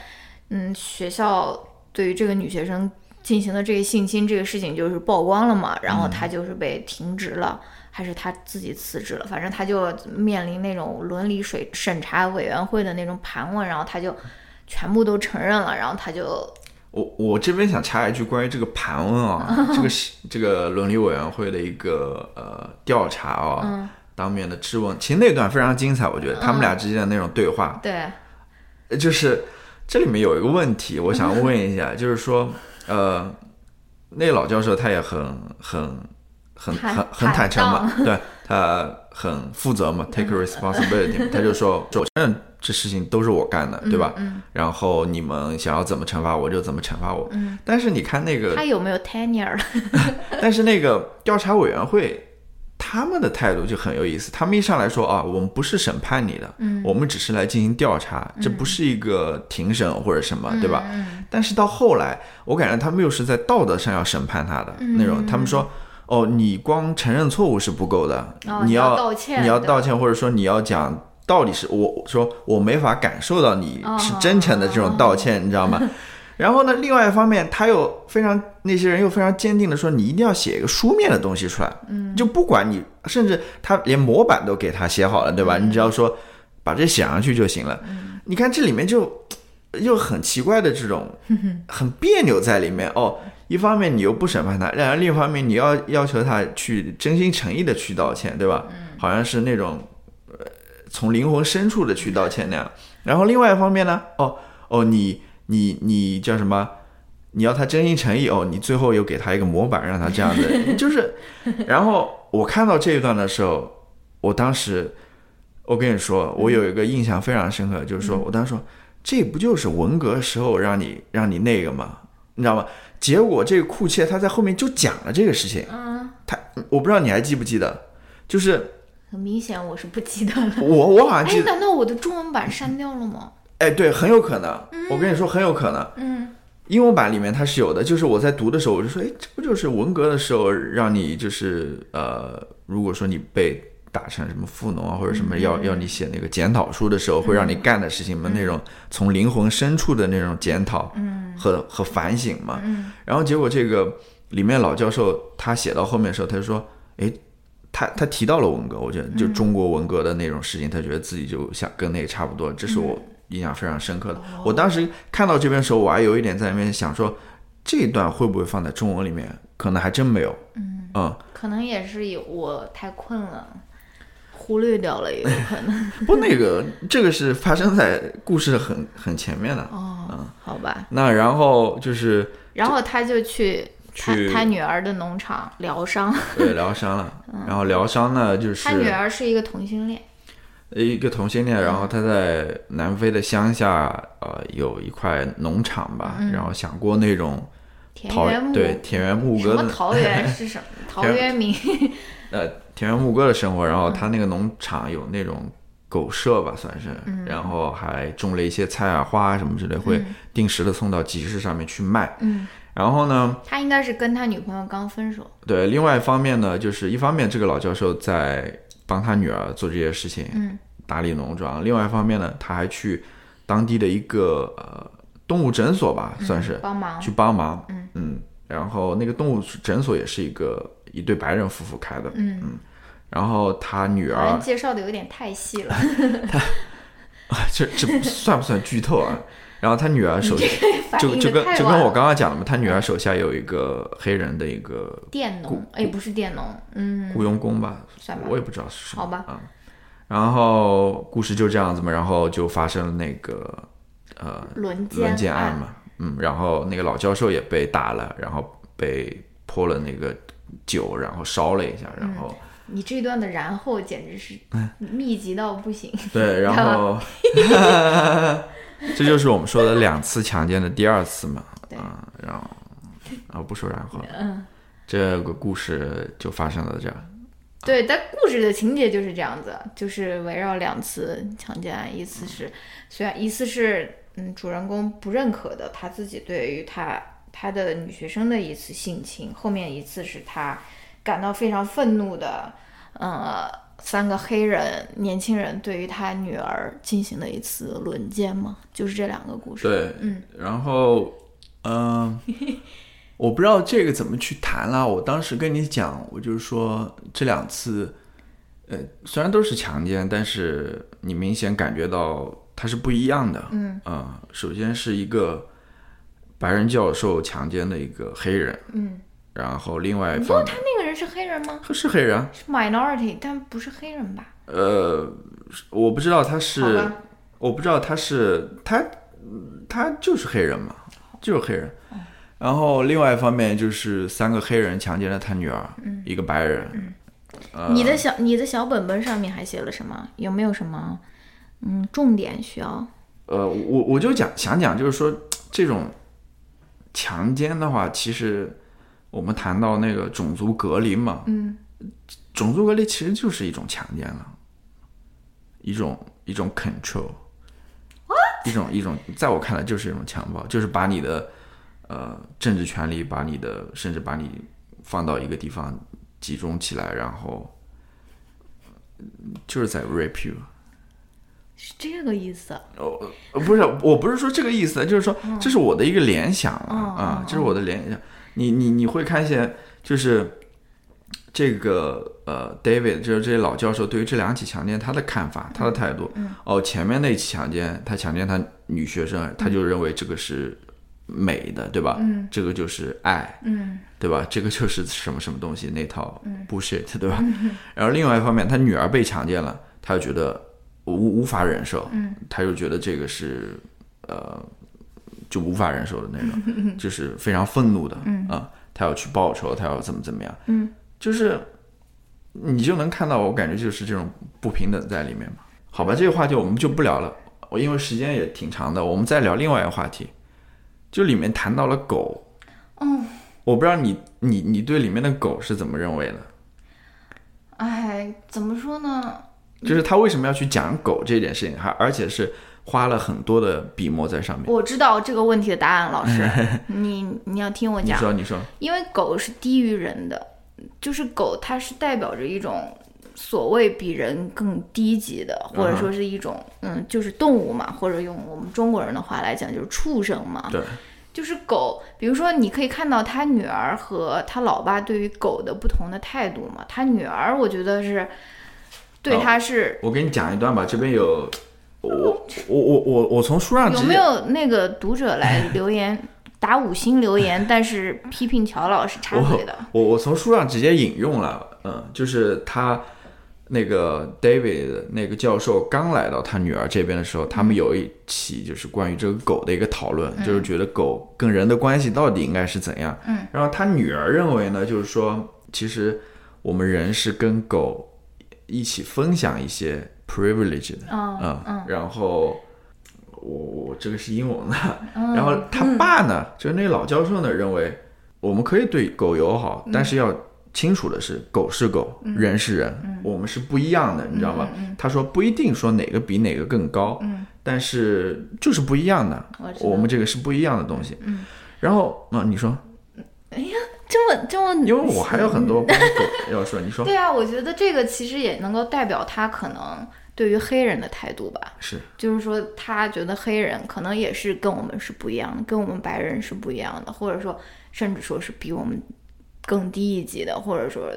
Speaker 3: 嗯学校对于这个女学生进行的这个性侵这个事情就是曝光了嘛，然后
Speaker 2: 嗯
Speaker 3: 他就是被停职了。还是他自己辞职了，反正他就面临那种伦理水审查委员会的那种盘问，然后他就全部都承认了，然后他就
Speaker 2: 我我这边想插一句关于这个盘问啊，这个是这个伦理委员会的一个呃调查啊、当面的质问，其实那段非常精彩，我觉得他们俩之间的那种对话，
Speaker 3: 对，
Speaker 2: 呃就是这里面有一个问题，我想问一下，就是说呃，那老教授他也很很很
Speaker 3: 坦
Speaker 2: 很很坦诚嘛
Speaker 3: 坦，嗯
Speaker 2: 对他很负责嘛，take responsibility，嘛他就说我承认这事情都是我干的，对吧？
Speaker 3: 嗯，
Speaker 2: 然后你们想要怎么惩罚我就怎么惩罚我。
Speaker 3: 嗯
Speaker 2: 但是你看那
Speaker 3: 嗯他
Speaker 2: 个，
Speaker 3: 有没有 tenure 了？
Speaker 2: 但是那个调查委员会他们的态度就很有意思，他们一上来说啊，我们不是审判你的，
Speaker 3: 嗯
Speaker 2: 我们只是来进行调查，这不是一个庭审或者什么，对吧？
Speaker 3: 嗯
Speaker 2: 但是到后来，我感觉他们又是在道德上要审判他的、
Speaker 3: 嗯
Speaker 2: 那种，他们说。哦，你光承认错误是不够的，
Speaker 3: 哦
Speaker 2: 你
Speaker 3: 你
Speaker 2: 要
Speaker 3: 要道歉
Speaker 2: 你要
Speaker 3: 对
Speaker 2: 道歉，或者说你要讲到底是我说我没法感受到你
Speaker 3: 哦
Speaker 2: 是真诚的这种道歉，你知道 吗？然后呢，另外一方面，他又非常那些人又非常坚定的说，你一定要写一个书面的东西出来，嗯，就不管你，甚至他连模板都给他写好了，对吧？
Speaker 3: 嗯
Speaker 2: 你只要说把这写上去就行了。你看这里面就又很奇怪的这种 很别扭在里面哦。一方面你又不审判他，然后另一方面你要要求他去真心诚意的去道歉，对吧？好像是那种呃从灵魂深处的去道歉那样。然后另外一方面呢，哦哦，你你你叫什么？你要他真心诚意哦，你最后又给他一个模板，让他这样子，就是。然后我看到这一段的时候，我当时，我跟你说，我有一个印象非常深刻，就是说我当时说，这不就是文革时候让你让你那个吗？你知道吗？结果这个库切他在后面就讲了这个事情，
Speaker 3: 嗯，
Speaker 2: 我不知道你还记不记得，就是
Speaker 3: 很明显我是不记得了。
Speaker 2: 我我好像
Speaker 3: 哎
Speaker 2: 记，得，
Speaker 3: 难道我的中文版删掉了吗？
Speaker 2: 哎，对，很有可能，我跟你说很有可能，
Speaker 3: 嗯，
Speaker 2: 英文版里面它是有的，就是我在读的时候，我就说，哎，这不就是文革的时候让你就是呃，如果说你被打成什么富农啊或者什么要、要你写那个检讨书的时候，会让你干的事情嘛，那种从灵魂深处的那种检讨和、和反省嘛。然后结果这个里面老教授他写到后面的时候，他就说，哎。他他提到了文革，我觉得就中国文革的那种事情，他觉得自己就想跟那个差不多，这是我印象非常深刻的。我当时看到这边的时候，我还有一点在那边想说，这一段会不会放在中文里面？可能还真没有。嗯
Speaker 3: 可能也是有我太困了，忽略掉了，也有 可能。
Speaker 2: 不，那个这个是发生在故事很很前面的。
Speaker 3: 哦，
Speaker 2: 嗯
Speaker 3: 好吧。
Speaker 2: 那然后就是
Speaker 3: 然后他就去他
Speaker 2: 去
Speaker 3: 他女儿的农场疗伤，
Speaker 2: 对呃疗伤了，然后疗伤呢就
Speaker 3: 他女
Speaker 2: 是
Speaker 3: 儿是一个同性恋。
Speaker 2: 一个同性恋，然后他在南非的乡下呃有一块农场吧，然后想过那种
Speaker 3: 田
Speaker 2: 桃
Speaker 3: 园牧
Speaker 2: 对田园牧
Speaker 3: 什
Speaker 2: 歌
Speaker 3: 么
Speaker 2: 的
Speaker 3: 桃园 是什么？陶
Speaker 2: 园
Speaker 3: 渊明
Speaker 2: 呃田园牧歌的生活，然
Speaker 3: 嗯
Speaker 2: 后他那个农场有那种狗舍吧，算是，
Speaker 3: 嗯
Speaker 2: 然后还种了一些菜啊、花啊什么之类，会定时的送到集市上面去卖。
Speaker 3: 嗯，
Speaker 2: 然后呢，
Speaker 3: 他应该是跟他女朋友刚分手。
Speaker 2: 对，另外一方面呢，就是一方面这个老教授在帮他女儿做这些事情，
Speaker 3: 嗯，
Speaker 2: 打理农庄；另外一方面呢，他还去当地的一个呃动物诊所吧， 算是、
Speaker 3: 嗯帮忙
Speaker 2: 去帮忙，
Speaker 3: 嗯
Speaker 2: 然后那个动物诊所也是一个一对白人夫妇开的，
Speaker 3: 嗯
Speaker 2: 然后他女
Speaker 3: 好
Speaker 2: 儿
Speaker 3: 像介绍的有点太 细了，
Speaker 2: 这这不算不算剧透啊？然后他女儿手下
Speaker 3: 反
Speaker 2: 就
Speaker 3: 应
Speaker 2: 就
Speaker 3: 的
Speaker 2: 跟
Speaker 3: 太
Speaker 2: 就跟
Speaker 3: 晚
Speaker 2: 我
Speaker 3: 了。
Speaker 2: 刚刚讲的嘛，他女儿手下有一个黑人的一个
Speaker 3: 佃农，哎，不是佃农，嗯，
Speaker 2: 雇佣工吧，
Speaker 3: 算吧
Speaker 2: 我也不知道是什么。
Speaker 3: 嗯好吧
Speaker 2: 啊、然后故事就这样子嘛，然后就发生了那个呃
Speaker 3: 轮奸啊
Speaker 2: 轮奸案嘛，嗯，然后那个老教授也被打了，然后被泼了那个酒，然后烧了一下，
Speaker 3: 嗯
Speaker 2: 然后、
Speaker 3: 你这段的然后简直是
Speaker 2: 哎
Speaker 3: 密集到不行。
Speaker 2: 对，然后 这就是我们说的两次强奸的第二次嘛，
Speaker 3: 对
Speaker 2: 啊啊，然后然后不说然后了，这个故事就发生了这样。
Speaker 3: 对，但故事的情节就是这样子，就是围绕两次强奸案，一次是虽然一次是嗯主人公不认可的，他自己对于他他的女学生的一次性侵，后面一次是他感到非常愤怒的，呃，三个黑人年轻人对于他女儿进行的一次轮奸嘛，就是这两个故事。
Speaker 2: 对，
Speaker 3: 嗯，
Speaker 4: 然后，嗯、我不知道这个怎么去谈啦。我当时跟你讲，我就是说这两次，呃，
Speaker 2: 虽然都是强奸，但是你明显感觉到它是不一样的。
Speaker 3: 嗯
Speaker 2: 啊、首先是一个白人教授强奸的一个黑人，
Speaker 3: 嗯，
Speaker 2: 然后另外
Speaker 3: 你
Speaker 2: 一
Speaker 3: 说
Speaker 2: 方
Speaker 3: 他那个人是黑人吗？
Speaker 2: 是黑人啊，
Speaker 3: 是 minority，但不是黑人吧？
Speaker 2: 呃，我不知道他
Speaker 3: 好
Speaker 2: 是
Speaker 3: 吧，
Speaker 2: 我不知道他是他他就是黑人嘛，就是黑人。
Speaker 4: 然后另外一方面就是三个黑人强奸了他女儿，
Speaker 2: 一个白人，呃
Speaker 3: 你的小你的小本本上面还写了什么？有没有什么嗯重点需要？
Speaker 2: 呃，我我就讲想讲，就是说这种强奸的话，其实我们谈到那个种族隔离嘛，
Speaker 3: 嗯，
Speaker 2: 种族隔离其实就是一种强奸了，一种一种 control，一种一种，在我看来就是一种强暴，就是把你的呃政治权利，把你的甚至把你放到一个地方集中起来，然后嗯就是在 rape you。
Speaker 3: 是这个意思。
Speaker 2: 呃，不是，我不是说这个意思，就是说
Speaker 3: 嗯
Speaker 2: 这是我的一个联想啊，
Speaker 3: 哦
Speaker 2: 啊，这是我的联想。你你你会看见，就是这个呃，David，就是这些老教授对于这两起强奸他的看法，
Speaker 3: 嗯
Speaker 2: 他的态度。哦，前面那起强奸，他强奸他女学生，他就认为这个是美的，对吧？
Speaker 3: 嗯
Speaker 2: 这个就是爱。
Speaker 3: 嗯
Speaker 2: 对吧？这个就是什么什么东西那套 bullshit，、对吧？
Speaker 3: 嗯
Speaker 2: 然后另外一方面，他女儿被强奸了，他就觉得无无法忍受，
Speaker 3: 嗯
Speaker 2: 他就觉得这个是呃就无法忍受的那种，就是非常愤怒的，
Speaker 3: 嗯
Speaker 2: 啊，他要去报仇，他要怎么怎么样，
Speaker 3: 嗯，
Speaker 2: 就是你就能看到，我感觉就是这种不平等在里面嘛。好吧，这个话题我们就不聊了，我因为时间也挺长的，我们再聊另外一个话题，就里面谈到了狗，
Speaker 3: 嗯，
Speaker 2: 我不知道你你你对里面的狗是怎么认为的？
Speaker 3: 哎，怎么说呢？
Speaker 2: 就是他为什么要去讲狗这件事情，还而且是花了很多的笔墨在上面。
Speaker 3: 我知道这个问题的答案，老师， 你你要听我
Speaker 2: 嗯你
Speaker 3: 讲，
Speaker 2: 说，你说，
Speaker 3: 因为狗是低于人的，就是狗它是代表着一种所谓比人更低级的，或者说是一种嗯，就是动物嘛，或者用我们中国人的话来讲就是畜生嘛，
Speaker 2: 对，
Speaker 3: 就是狗，比如说，你可以看到他女儿和他老爸对于狗的不同的态度嘛。他女儿，我觉得是对
Speaker 2: 哦
Speaker 3: 他是、
Speaker 2: 我给你讲一段吧，这边有我我我我我从书上直
Speaker 3: 哦有
Speaker 2: 接
Speaker 3: 没有那个读者来留言打五星留言，但是批评乔老师
Speaker 2: 哦
Speaker 3: 插嘴的。
Speaker 2: 我我从书上直接引用了，嗯，就是他那个 David 那个教授刚来到他女儿这边的时候，他们有一起就是关于这个狗的一个讨论，就是觉得狗跟人的关系到底应该是怎样。
Speaker 3: 嗯，
Speaker 2: 然后他女儿认为呢，就是说其实我们人是跟狗一起分享一些 privilege 的，
Speaker 3: 嗯嗯
Speaker 2: 啊然后。我我这个是英文的，
Speaker 3: 嗯
Speaker 2: 然后他爸呢，就是那老教授呢，认为我们可以对狗友好，
Speaker 3: 嗯
Speaker 2: 但是要清楚的是，狗是狗，人是人，
Speaker 3: 嗯
Speaker 2: 我们是不一样的，你知道吗？他说不一定说哪个比哪个更高，
Speaker 3: 嗯
Speaker 2: 但是就是不一样的，
Speaker 3: 我知道嗯
Speaker 2: 我们这个是不一样的东西。然后啊，你说，
Speaker 3: 这么这么，
Speaker 2: 因为我还有很 多关于狗要说，你说
Speaker 3: 对啊，我觉得这个其实也能够代表他可能对于黑人的态度吧。
Speaker 2: 是
Speaker 3: 就是说他觉得黑人可能也是跟我们是不一样的，跟我们白人是不一样的，或者说甚至说是比我们更低一级的，或者说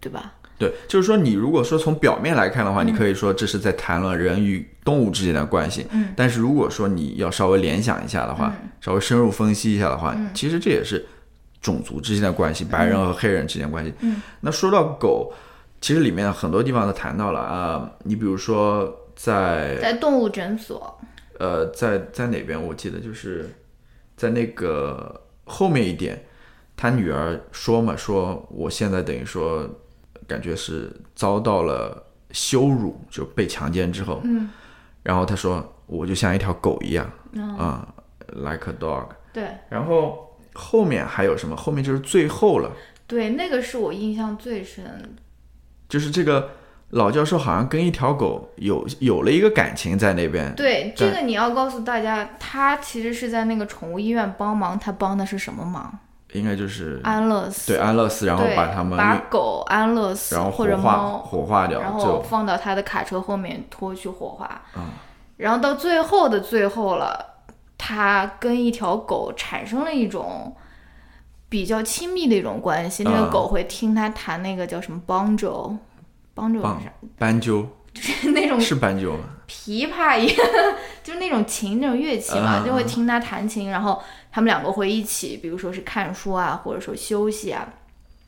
Speaker 3: 对吧？
Speaker 2: 对，就是说你如果说从表面来看的话，你
Speaker 3: 嗯
Speaker 2: 可以说这是在谈论人与动物之间的关系。
Speaker 3: 嗯，
Speaker 2: 但是如果说你要稍微联想一下的话，稍微深入分析一下的话，
Speaker 3: 嗯
Speaker 2: 其实这也是种族之间的关系，白人和黑人之间的关系。
Speaker 3: 嗯，
Speaker 2: 那说到狗，其实里面很多地方都谈到了啊、你比如说在
Speaker 3: 在动物诊所，
Speaker 2: 呃，在在哪边？我记得就是在那个后面一点，他女儿说嘛，说我现在等于说感觉是遭到了羞辱，就被强奸之后，
Speaker 3: 嗯，
Speaker 2: 然后他说我就像一条狗一样
Speaker 3: 嗯
Speaker 2: 啊、l i k e a dog。
Speaker 3: 对
Speaker 2: 然后后面还有什么？后面就是最后了，
Speaker 3: 对，那个是我印象最深的。
Speaker 2: 嗯就是这个老教授好像跟一条狗有有了一个感情在那边，
Speaker 3: 对，这
Speaker 2: 对
Speaker 3: 个你要告诉大家，他其实是在那个宠物医院帮忙，他帮的是什么忙？
Speaker 2: 应该就是
Speaker 3: 安乐死。
Speaker 2: 对安乐死，然后
Speaker 3: 对
Speaker 2: 把他们
Speaker 3: 把狗安乐死
Speaker 2: 然后
Speaker 3: 或
Speaker 2: 火
Speaker 3: 者
Speaker 2: 化
Speaker 3: 猫，
Speaker 2: 火化掉，
Speaker 3: 然后
Speaker 2: 就嗯
Speaker 3: 放到他的卡车后面拖去火化。然后到最后的最后了，他跟一条狗产生了一种比较亲密的一种关系。那
Speaker 2: 嗯
Speaker 3: 个狗会听他弹那个叫什么邦州，邦州
Speaker 2: 棒
Speaker 3: 是
Speaker 2: 斑鸠
Speaker 3: 啥 那种
Speaker 2: 是斑鸠吗？
Speaker 3: 琵琶一样， 就是那种琴那种乐器嘛，
Speaker 2: 嗯
Speaker 3: 就会听他弹琴，然后他们两个会一起，比如说是看书啊，或者说休息啊，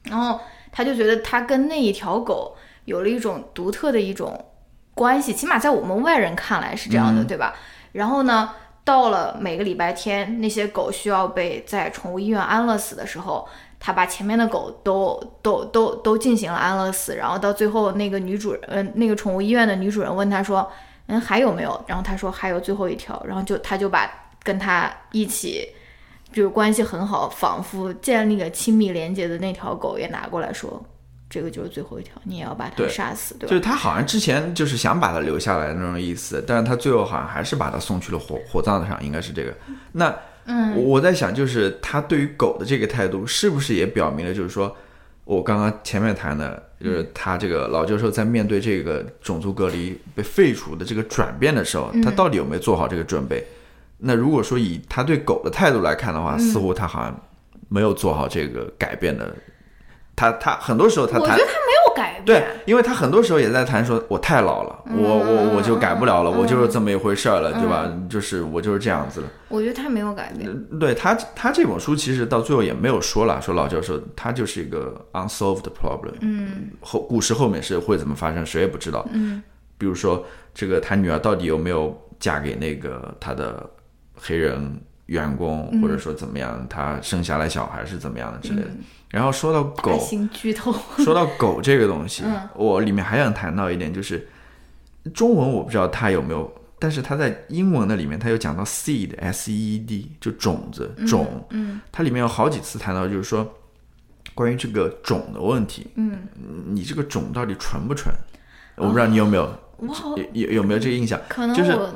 Speaker 3: 然后他就觉得他跟那一条狗有了一种独特的一种关系，起码在我们外人看来是这样的，
Speaker 2: 嗯
Speaker 3: 对吧？然后呢，到了每个礼拜天，那些狗需要被在宠物医院安乐死的时候，他把前面的狗都都都都进行了安乐死，然后到最后那个女主人，呃，那个宠物医院的女主人问他说：“嗯，还有没有？”然后他说：“还有最后一条。”然后就他就把跟他一起。就是关系很好，仿佛建立了亲密连接的那条狗也拿过来说，这个就是最后一条，你也要把它
Speaker 2: 对
Speaker 3: 杀死，对
Speaker 2: 就
Speaker 3: 吧？
Speaker 2: 是他好像之前就是想把它留下来的那种意思，但是他最后好像还是把它送去了火火葬场，应该是这个。那嗯，我在想，就是他对于狗的这个态度，是不是也表明了，就是说我刚刚前面谈的，就是他这个老教授在面对这个种族隔离被废除的这个转变的时候，
Speaker 3: 嗯
Speaker 2: 他到底有没有做好这个准备？那如果说以他对狗的态度来看的话，似乎他好像没有做好这个改变的。他他很多时候他
Speaker 3: 我觉
Speaker 2: 谈
Speaker 3: 得他没有改变，
Speaker 2: 对，因为他很多时候也在谈说，我太老了，我我我就改不了了，我就是这么一回事儿了，对吧？就是我就是这样子了。
Speaker 3: 我觉得他没有改变。
Speaker 2: 对他他这本书其实到最后也没有说了，说老教授他就是一个 unsolved problem，嗯，后故事后面是会怎么发生，谁也不知道。嗯，比如说这个他女儿到底有没有嫁给那个他的黑人员工，或者说怎么样，他生下来小孩是怎么样的之类的。然后说到狗，
Speaker 3: 爱心剧 透，
Speaker 2: 说到狗这个东西，我里面还想谈到一点，就是中文我不知道它有没有，但是它在英文的里面，它有讲到 seed s e e d 就种子种，嗯，它里面有好几次谈到，就是说关于这个种的问题，嗯，哦你这个种到底纯不纯？我不知道你有没有、
Speaker 3: 我好
Speaker 2: 有有有没有这个印象？
Speaker 3: 可能
Speaker 2: 就是
Speaker 3: 我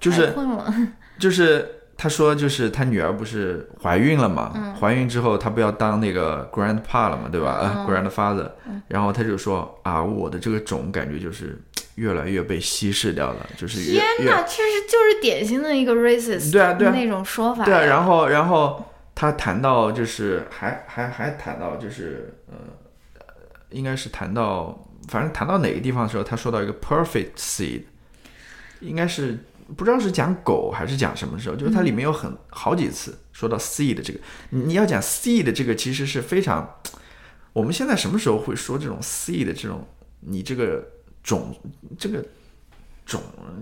Speaker 2: 就是
Speaker 3: 太困了，
Speaker 2: 就是他说，就是他女儿不是怀孕了嘛？
Speaker 3: 嗯
Speaker 2: 怀孕之后，他不要当那个 grandpa 了嘛，对吧？啊、g r a n d f a t h e r
Speaker 3: 嗯
Speaker 2: 然后他就说啊，我的这个种感觉就是嘖越来越被稀释掉了，就是越
Speaker 3: 天
Speaker 2: 越
Speaker 3: 哪，这是就是典型的一个 racist
Speaker 2: 对啊对啊
Speaker 3: 那种说法呀。
Speaker 2: 对啊。然后然后他谈到就是还还还谈到就是呃，应该是谈到反正谈到哪个地方的时候，他说到一个 perfect seed，应该是不知道是讲狗还是讲什么时候，就是它里
Speaker 3: 嗯
Speaker 2: 面有很好几次说到 seed 这个，你你要讲 seed 这个其实是非常，我们现在什么时候会说这种 seed 这种你这个种这个种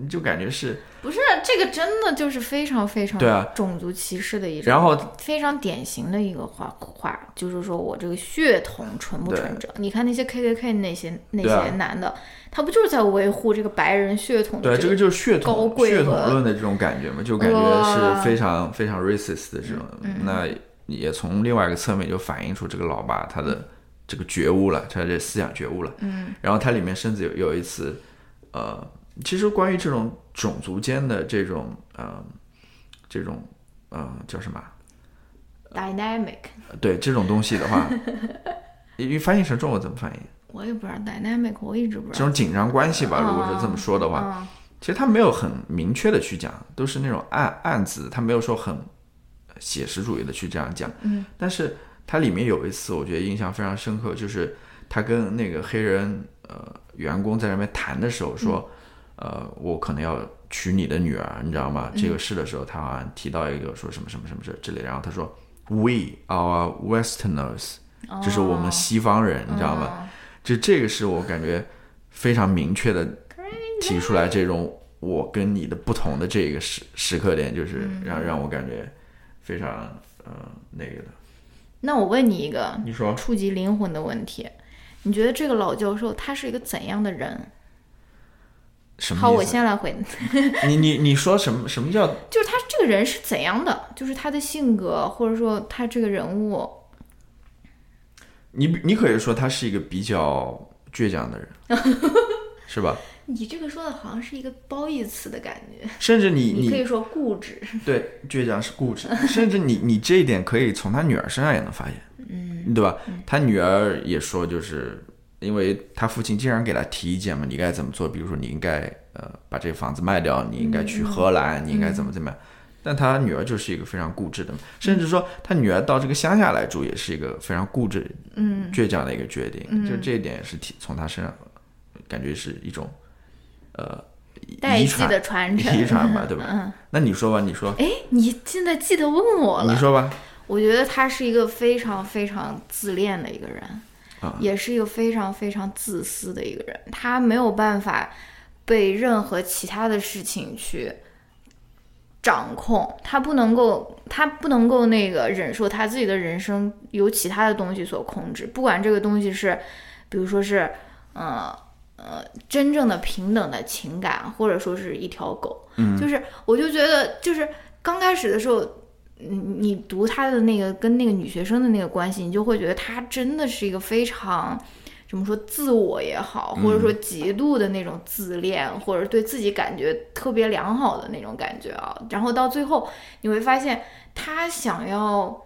Speaker 2: 就感觉是
Speaker 3: 不是这个真的就是非常非常
Speaker 2: 对啊
Speaker 3: 种族歧视的一种，
Speaker 2: 然后
Speaker 3: 非常典型的一个话话，就是说我这个血统纯不
Speaker 2: 对
Speaker 3: 纯正？你看那些 KKK 那些那
Speaker 2: 对啊
Speaker 3: 些男的，他不就是在维护这个白人血统的
Speaker 2: 对，这个就是血
Speaker 3: 高
Speaker 2: 统
Speaker 3: 贵
Speaker 2: 血统
Speaker 3: 和
Speaker 2: 论的这种感觉嘛，就感觉是非常非常 racist 的这种。
Speaker 3: 嗯
Speaker 2: 那也从另外一个侧面就反映出这个老爸他的这个觉悟了，他的思想觉悟了。嗯，然后它里面甚至有有一次，呃，其实关于这种种族间的这种呃这种呃叫什么啊？
Speaker 3: dynamic？
Speaker 2: 对这种东西的 话，因为翻译成中文怎么翻译？
Speaker 3: 我也不知道 dynamic，我一直不知
Speaker 2: 这
Speaker 3: 道。嗯
Speaker 2: 种紧张关系吧，如果是这么说的
Speaker 3: 哦
Speaker 2: 话，其实他没有很明确的去讲，都是那种暗暗指，他没有说很写实主义的去这样讲。嗯，但是它里面有一次，我觉得印象非常深刻，就是他跟那个黑人呃员工在那边谈的时候说，呃，我可能要娶你的女儿，你知道吗？这个事的时候，他好像提到一个说什么什么什么事之类，然后他说，We are Westerners，、就是我们西方人，你知道吗？就这个是我感觉非常明确的提出来这种我跟你的不同的这个时时刻点，就是
Speaker 3: 嗯
Speaker 2: 让让我感觉非常呃那个的。
Speaker 3: 那我问你一个，
Speaker 2: 你说
Speaker 3: 触及灵魂的问题。你觉得这个老教授他是一个怎样的人？
Speaker 2: 什
Speaker 3: 好，
Speaker 2: 么
Speaker 3: 我
Speaker 2: 意思？
Speaker 3: 先来回，
Speaker 2: 你你你说什么什么叫
Speaker 3: 就是他这个人是怎样的？就是他的性格，或者说他这个人物，
Speaker 2: 你你可以说他是一个比较倔强的 人，是吧？
Speaker 3: 你这个说的好像是一个褒义词的感觉，
Speaker 2: 甚至你
Speaker 3: 你可以
Speaker 2: 你
Speaker 3: 说固执。
Speaker 2: 对倔强是固执， 甚至你你这一点可以从他女儿身上也能发现，嗯，对吧？他女儿也说，就是因为他父亲经常给他提意见嘛，你该怎么做？比如说你应该呃把这个房子卖掉，你应该去荷
Speaker 3: 嗯
Speaker 2: 兰，你应该怎么怎么样。但他女儿就是一个非常固执的嘛，甚至说他女儿到这个乡下来住也是一个非常固执、
Speaker 3: 嗯
Speaker 2: 倔强的一个决定，就这一点也是提从他身上感觉是一种呃
Speaker 3: 代
Speaker 2: 遗
Speaker 3: 际
Speaker 2: 传
Speaker 3: 的传承。
Speaker 2: 遗传 吧，对吧？那你说吧，你说，
Speaker 3: 哎，你现在记得问我
Speaker 2: 你
Speaker 3: 了。
Speaker 2: 说吧，
Speaker 3: 我觉得他是一个非常非常自恋的一个人，
Speaker 2: 啊
Speaker 3: 也是一个非常非常自私的一个人。他没有办法被任何其他的事情去掌控，他不能够，他不能够那个忍受他自己的人生由其他的东西所控制，不管这个东西是，比如说是，呃。呃，真正的平等的情感，或者说是一条狗，就是我就觉得，就是刚开始的时候，你你读他的那个跟那个女学生的那个关系，你就会觉得他真的是一个非常怎么说自我也好，或者说极度的那种自恋，或者对自己感觉特别良好的那种感觉啊。然后到最后你会发现，他想要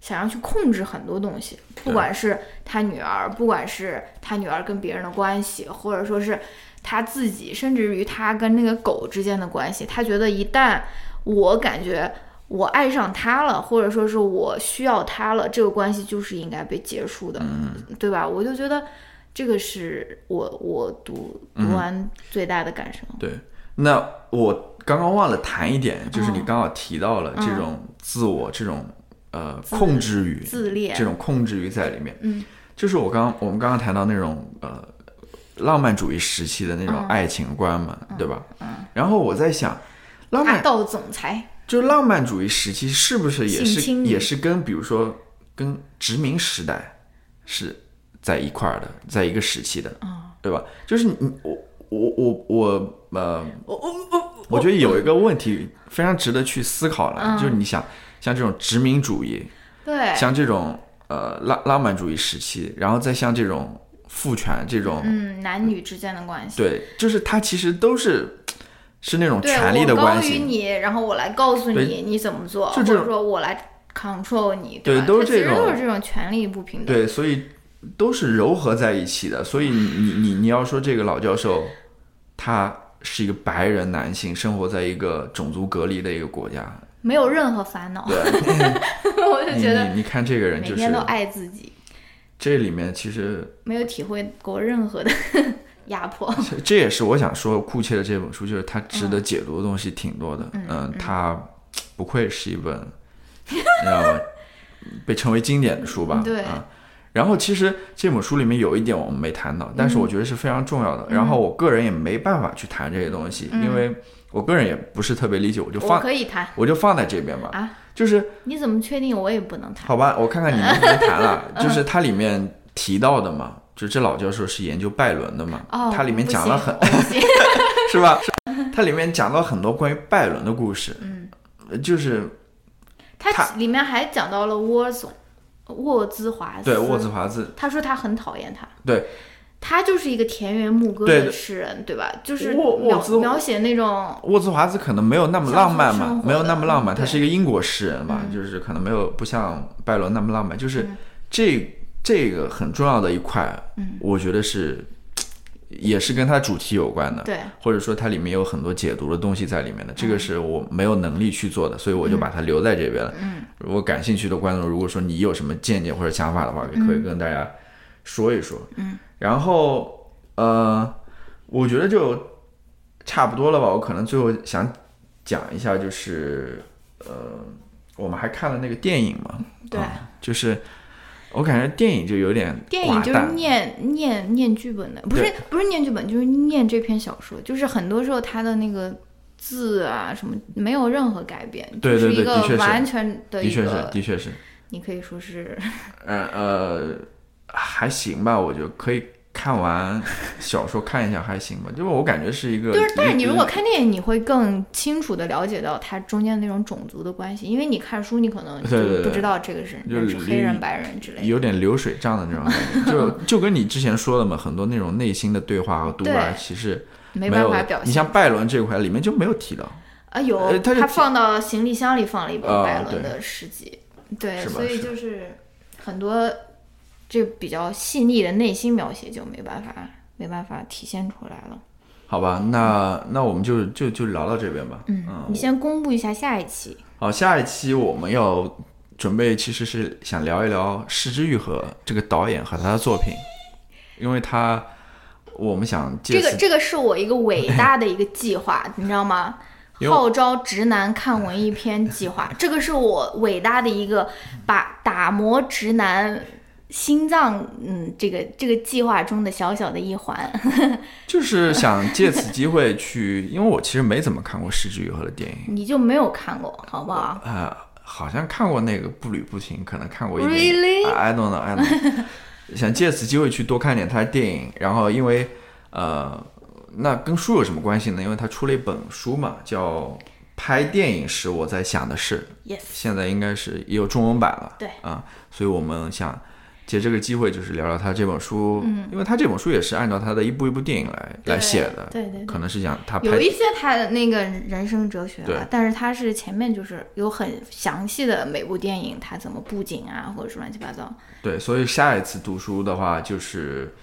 Speaker 3: 想要去控制很多东西，不管是他女儿，不管是他女儿跟别人的关系，或者说是他自己，甚至于他跟那个狗之间的关系，他觉得一旦我感觉我爱上他了，或者说是我需要他了，这个关系就是应该被结束的，
Speaker 2: 嗯
Speaker 3: 对吧？我就觉得这个是我我读
Speaker 2: 嗯
Speaker 3: 读完最大的感受。
Speaker 2: 对，那我刚刚忘了谈一点，就是你刚好提到了这种自我、这种呃控制欲、
Speaker 3: 自恋
Speaker 2: 这种控制欲在里面。
Speaker 3: 嗯，
Speaker 2: 就是我刚我们刚刚谈到那种呃浪漫主义时期的那种爱情观嘛，对吧？嗯。然后我在想，浪
Speaker 3: 大
Speaker 2: 漫
Speaker 3: 道总裁，
Speaker 2: 就浪漫主义时期是不是也
Speaker 3: 性
Speaker 2: 是
Speaker 3: 侵
Speaker 2: 也是跟比如说跟殖民时代是在一块儿的，在一个时期的，
Speaker 3: 嗯
Speaker 2: 对吧？就是你你我我我我呃，我我我觉得有一个问题非常值得去思考了，
Speaker 3: 嗯
Speaker 2: 就是你想像这种殖民主义，
Speaker 3: 对，
Speaker 2: 像这种呃浪浪漫主义时期，然后再像这种父权这种，
Speaker 3: 嗯，男女之间的关系。
Speaker 2: 对，就是它其实都是是那种
Speaker 3: 对
Speaker 2: 权力的关
Speaker 3: 我高于
Speaker 2: 系，
Speaker 3: 你，然后我来告诉
Speaker 2: 对
Speaker 3: 你你怎么做，
Speaker 2: 就
Speaker 3: 或
Speaker 2: 这
Speaker 3: 者
Speaker 2: 种
Speaker 3: 说我来 control 你，
Speaker 2: 对
Speaker 3: 吧？
Speaker 2: 都
Speaker 3: 它
Speaker 2: 是
Speaker 3: 其
Speaker 2: 这
Speaker 3: 实都
Speaker 2: 种
Speaker 3: 是这种权力不平等。
Speaker 2: 对，所以都是糅合在一起的。所以你你你你要说这个老教授，他是一个白人男性，生活在一个种族隔离的一个国家，
Speaker 3: 没有任何烦恼，
Speaker 2: 对。
Speaker 3: 我就
Speaker 2: 你
Speaker 3: 觉得
Speaker 2: 你你看这个人
Speaker 3: 每
Speaker 2: 就
Speaker 3: 天
Speaker 2: 是
Speaker 3: 都爱自己，
Speaker 2: 这里面其实
Speaker 3: 没有体会过任何的 压迫。
Speaker 2: 这这也是我想说库切的这本书，就是它值得解读的东西挺多的。嗯，它不愧是一本，你知道吗？被称为经典的书吧？
Speaker 3: 对
Speaker 2: 啊。然后其实这本书里面有一点我们没谈到，但是我觉得是非常重要的。然后我个人也没办法去谈这些东西，因为我个人也不是特别理解，我就
Speaker 3: 我
Speaker 2: 放
Speaker 3: 可以谈，
Speaker 2: 我就放在这边吧。
Speaker 3: 啊
Speaker 2: 就是
Speaker 3: 你怎么确定我也不能谈？
Speaker 2: 好吧，我看看你能不能谈了。就是它里面提到的嘛，就这老教授是研究拜伦的嘛，
Speaker 3: 哦，
Speaker 2: 它里面
Speaker 3: 不
Speaker 2: 讲了
Speaker 3: 行
Speaker 2: 很
Speaker 3: 我不行
Speaker 2: 是吧？是它里面讲到很多关于拜伦的故事，
Speaker 3: 嗯
Speaker 2: 呃，就是
Speaker 3: 它
Speaker 2: 他
Speaker 3: 里面还讲到了沃总，沃兹华斯，
Speaker 2: 对沃兹华兹，
Speaker 3: 他说他很讨厌他，
Speaker 2: 对，
Speaker 3: 他就是一个田园牧歌
Speaker 2: 对
Speaker 3: 的
Speaker 2: 的
Speaker 3: 诗人，对吧？就是
Speaker 2: 沃沃
Speaker 3: 描
Speaker 2: 兹
Speaker 3: 描写那种
Speaker 2: 沃兹华兹可能没有那么浪漫
Speaker 3: 乡村生
Speaker 2: 嘛
Speaker 3: 活，
Speaker 2: 没有那么浪漫，
Speaker 3: 的嗯
Speaker 2: 他是一个英国诗人嘛，就是可能没有不像拜伦那么浪漫，就是这这个很重要的一块，
Speaker 3: 嗯
Speaker 2: 我觉得是也是跟它主题有关的，
Speaker 3: 对，
Speaker 2: 或者说它里面有很多解读的东西在里面的，这个
Speaker 3: 嗯
Speaker 2: 是我没有能力去做的，所以我就把它留在这边了。嗯，如果感兴趣的观众，如果说你有什么见解或者想法的话，也可以跟大家说一说。嗯，然后呃，我觉得就差不多了吧。我可能最后想讲一下，就是呃，我们还看了那个电影嘛，
Speaker 3: 对，
Speaker 2: 啊就是我感觉电影就有点
Speaker 3: 电影就是
Speaker 2: 寡淡
Speaker 3: 念念念剧本的，不是
Speaker 2: 对
Speaker 3: 不是念剧本，就是念这篇小说，就是很多时候他的那个字啊什么没有任何改变，
Speaker 2: 对对对的
Speaker 3: 就是
Speaker 2: 确
Speaker 3: 一个
Speaker 2: 是
Speaker 3: 完全的
Speaker 2: 的
Speaker 3: 一
Speaker 2: 确是，
Speaker 3: 个，
Speaker 2: 的确是。
Speaker 3: 你可以说是
Speaker 2: 呃呃，还行吧，我觉得可以看完小说看一下还行吧，就是我感觉是一个，
Speaker 3: 就是，但是你如果
Speaker 2: 一个
Speaker 3: 看电影，你会更清楚的了解到它中间那种种族的关系，因为你看书，你可能
Speaker 2: 对对
Speaker 3: 就
Speaker 2: 对
Speaker 3: 不知道这个是
Speaker 2: 就是
Speaker 3: 是黑人、
Speaker 2: 你
Speaker 3: 白人之类的。
Speaker 2: 有点流水账的那种感觉， 就就跟你之前说的嘛，很多那种内心的对话和独白，
Speaker 3: 对
Speaker 2: 其实
Speaker 3: 没
Speaker 2: 有
Speaker 3: 办法表
Speaker 2: 你
Speaker 3: 现
Speaker 2: 像拜伦这块里面就没有提到，
Speaker 3: 啊，有
Speaker 2: 呃它是
Speaker 3: 放到行李箱里放了一本
Speaker 2: 啊
Speaker 3: 拜伦
Speaker 2: 对
Speaker 3: 的诗集，对，
Speaker 2: 是吧
Speaker 3: 所以
Speaker 2: 是
Speaker 3: 就是很多这比较细腻的内心描写就没办法没办法体现出来了。
Speaker 2: 好吧？那
Speaker 3: 嗯
Speaker 2: 那我们就就就聊到这边吧。嗯，
Speaker 3: 你先公布一下下一期，
Speaker 2: 好，下一期我们要准备，其实是想聊一聊石之愈合这个导演和他的作品，因为他我们想借
Speaker 3: 这
Speaker 2: 此
Speaker 3: 个这个是我一个伟大的一个计划，你知道吗？
Speaker 2: 因为
Speaker 3: 号召直男看文艺片计划，这个是我伟大的一个
Speaker 2: 嗯
Speaker 3: 把打磨直男心脏，嗯，这个这个计划中的小小的一环。
Speaker 2: 就是想借此机会去，因为我其实没怎么看过石之愈合的电影
Speaker 3: 你就没有看过，好不好？
Speaker 2: 啊、好像看过那个《步履不停》，可能看过一点
Speaker 3: Really？
Speaker 2: I I don't know，I don't know 想借此机会去多看点他的电影，然后因为呃，那跟书有什么关系呢？因为他出了一本书嘛，叫《拍电影时我在想的事》。
Speaker 3: Yes，
Speaker 2: 现在应该是也有中文版了，
Speaker 3: 对
Speaker 2: 啊，所以我们想借这个机会，就是聊聊他这本书，嗯，因为他这本书也是按照他的一部一部电影来来写的，
Speaker 3: 对对对
Speaker 2: 可能是讲他拍
Speaker 3: 有一些他的那个人生哲学
Speaker 2: 对
Speaker 3: 啊，但是他是前面就是有很详细的每部电影他怎么布景啊，或者是乱七八糟。
Speaker 2: 对，所以下一次读书的话，就是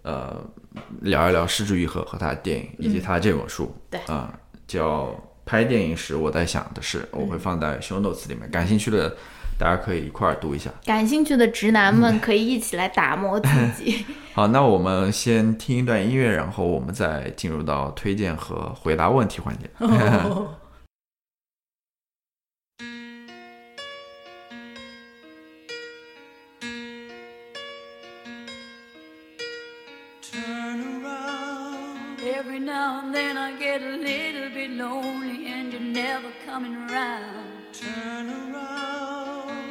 Speaker 2: 呃聊一聊失之愈合和他的电影以及他这本书，
Speaker 3: 嗯对
Speaker 2: 啊、叫拍电影时我在想的事，
Speaker 3: 嗯
Speaker 2: 我会放在 show notes 里面，感兴趣的大家可以一块儿读一下。
Speaker 3: 感兴趣的直男们
Speaker 2: 嗯
Speaker 3: 可以一起来打磨自己。
Speaker 2: 好，那我们先听一段音乐，然后我们再进入到推荐和回答问题环节。
Speaker 3: 嗯
Speaker 5: Oh. Turn around. Every now and then I get a little bit lonely and you're never coming around. Turn around.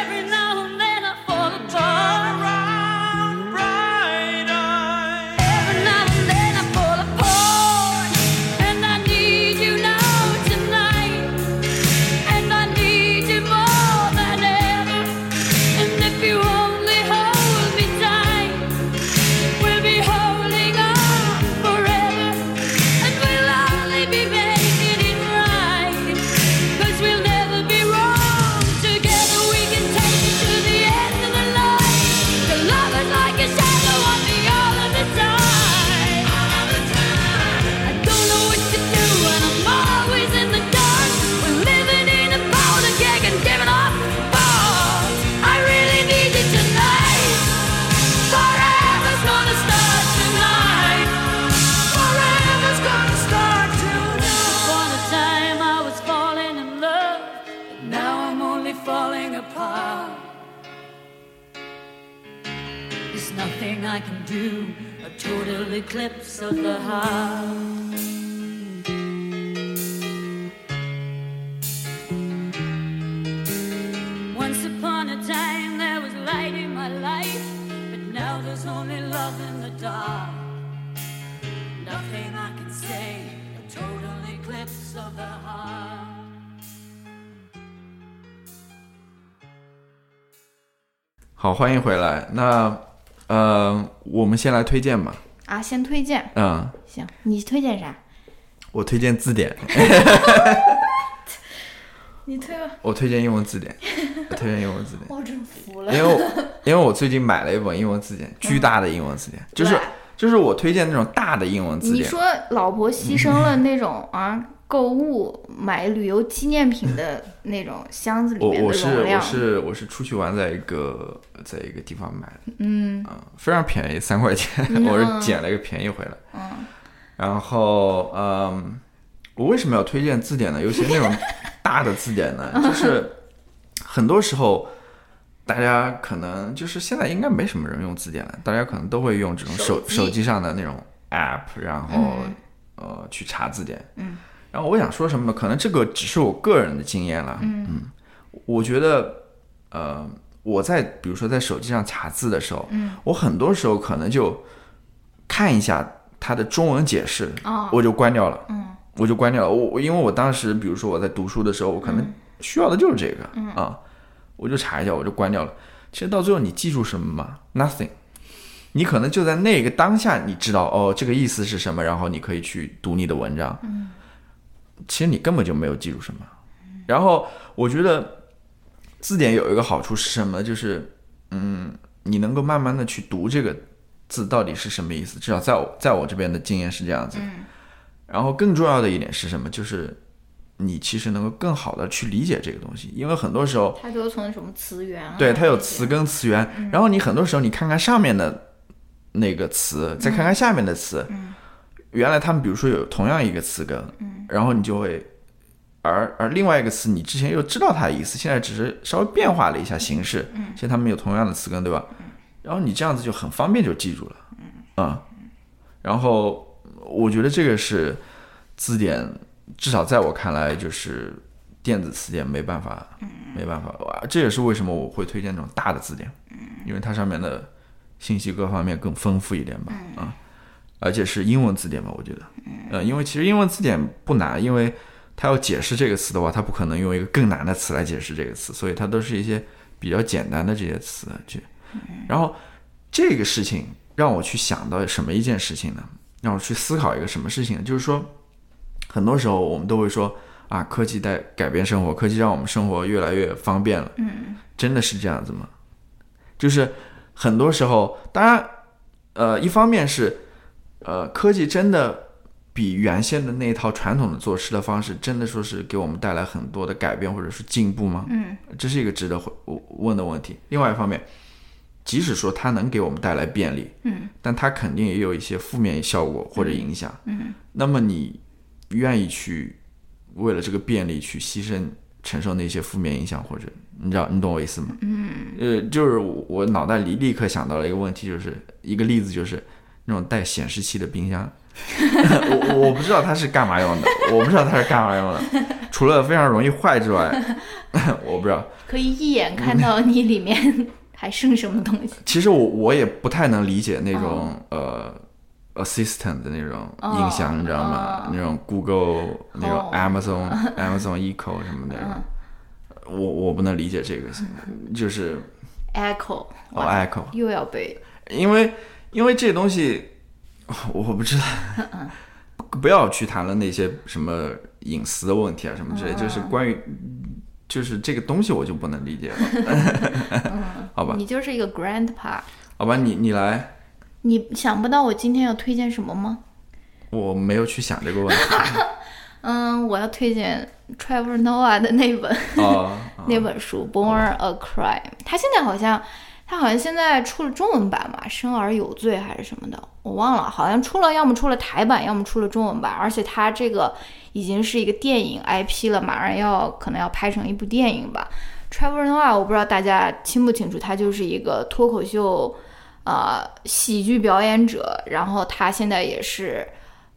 Speaker 5: Every now and then I fall apart. Every now and then I fall apart, and I need you now tonight, and I need you more than ever. And if you only hold me tight. We'll be holding on forever, and we'll only be making it right. 'Cause we'll never be wrong. Together we can take it to the end of the line. The love is like a shadow on me all of the time. I don't know what to do, and I'm always in the dark. We're living in a powder keg and giving off balls. I really need you tonight. Forever's gonna start tonight. Forever's gonna start tonight. Upon a time I was falling in love, but now I'm only falling apart. There's nothing I can do, a total eclipse of the heart. Once upon a time there was light in my life, but now there's only love in the dark. Nothing I can say, a total eclipse of the heart.
Speaker 2: 好，欢迎回来。那呃，我们先来推荐吧。
Speaker 3: 啊，先推荐，
Speaker 2: 嗯，
Speaker 3: 行，你推荐啥？
Speaker 2: 我推荐字典，
Speaker 3: 你推吧，
Speaker 2: 我推荐英文字典，我推荐英文字典。
Speaker 3: 我真服了。
Speaker 2: 因为我因为我最近买了一本英文字典，巨大的英文字典，就是
Speaker 3: 嗯对
Speaker 2: 就是我推荐那种大的英文字
Speaker 3: 你
Speaker 2: 典。
Speaker 3: 说老婆牺牲了那种啊购物买旅游纪念品的那种箱子里
Speaker 2: 我
Speaker 3: 面
Speaker 2: 我
Speaker 3: 的
Speaker 2: 是
Speaker 3: 容
Speaker 2: 我
Speaker 3: 量，
Speaker 2: 是我是出去玩，在一个在一个地方买的，嗯、非常便宜，三
Speaker 3: 嗯
Speaker 2: 块钱，我是捡了一个便宜回来，嗯，然后嗯，我为什么要推荐字典呢？尤其那种大的字典 呢，就是很多时候大家可能就是现在应该没什么人用字典了，大家可能都会用这种手
Speaker 3: 手机
Speaker 2: 手机上的那种 app，然后、呃去查字典。嗯。然后我想说什么呢？可能这个只是我个人的经验了。嗯我觉得呃，我在比如说在手机上查字的时候，嗯，我很多时候可能就看一下它的中文解释，
Speaker 3: 哦啊
Speaker 2: 我就关掉了。我就关掉了。我我因为我当时，比如说我在读书的时候，我可能需要的就是这个、啊，我就查一下，我就关掉了。其实到最后，你记住什么吗？Nothing。你可能就在那个当下，你知道哦，这个意思是什么，然后你可以去读你的文章。嗯，其实你根本就没有记住什么。然后我觉得字典有一个好处是什么？就是嗯，你能够慢慢的去读这个字到底是什么意思。至少在我在我这边的经验是这样子。然后更重要的一点是什么？就是你其实能够更好的去理解这个东西，因为很多时候
Speaker 3: 它就从什么词源、啊，
Speaker 2: 对它有
Speaker 3: 这些
Speaker 2: 词，根词源，然后你很多时候你看看上面的那个词，再看看下面的词，原来他们比如说有同样一个词根，然后你就会。而而另外一个词，你之前又知道它的意思，现在只是稍微变化了一下形式。现在他们有同样的词根，对吧？然后你这样子就很方便就记住了。啊、然后我觉得这个是字典，至少在我看来，就是电子词典没办法，没办法哇，这也是为什么我会推荐这种大的字典，因为它上面的信息各方面更丰富一点吧，啊，而且是英文字典吧，我觉得，呃，因为其实英文字典不难，因为它要解释这个词的话，它不可能用一个更难的词来解释这个词，所以它都是一些比较简单的这些词去，然后这个事情让我去想到什么一件事情呢？让我去思考一个什么事情呢？就是说，很多时候我们都会说啊，科技在改变生活，科技让我们生活越来越方便了。嗯，真的是这样子吗？就是很多时候，当然，呃，一方面是，呃，科技真的比原先的那一套传统的做事的方式，真的说是给我们带来很多的改变或者是进步吗？嗯，这是一个值得回我问的问题。另外一方面，即使说它能给我们带来便利，嗯，但它肯定也有一些负面效果或者影响，嗯，那么你愿意去为了这个便利去牺牲承受那些负面影响，或者你知道你懂我意思吗？嗯，呃，就是我我脑袋里立刻想到了一个问题，就是一个例子，就是那种带显示器的冰 箱，我我不知道它是干嘛用的，我不知道它是干嘛用的，除了非常容易坏之 外，我不知道。
Speaker 3: 可以一眼看到你里面还剩什么东西。
Speaker 2: 其实我我也不太能理解那种、呃 assistant 的那种音箱，你知道吗？那种 Google、那种 Amazon、Amazon Echo 什么的，我我不能理解这个，就是
Speaker 3: Echo，
Speaker 2: 哦
Speaker 3: 哇
Speaker 2: Echo，
Speaker 3: 又要被
Speaker 2: 因为因为这东西我我不知道， 不要去谈论那些什么隐私的问题啊什么之类，就是关于就是这个东西我就不能理解了， 好吧
Speaker 3: 你就是一个 grandpa。
Speaker 2: 好吧，你你来。
Speaker 3: 你想不到我今天要推荐什么吗？
Speaker 2: 我没有去想这个问题
Speaker 3: 嗯，我要推荐 Trevor Noah 的那本、
Speaker 2: 啊，
Speaker 3: 那本书《Born a Crime》，他现在好像他好像现在出了中文版嘛，《生而有罪》还是什么的，我忘了，好像出了，要么出了台版，要么出了中文版，而且他这个已经是一个电影 IP 了，马上要可能要拍成一部电影吧。Trevor Noah，我不知道大家清不清楚，他就是一个脱口秀。呃，喜剧表演者，然后他现在也是，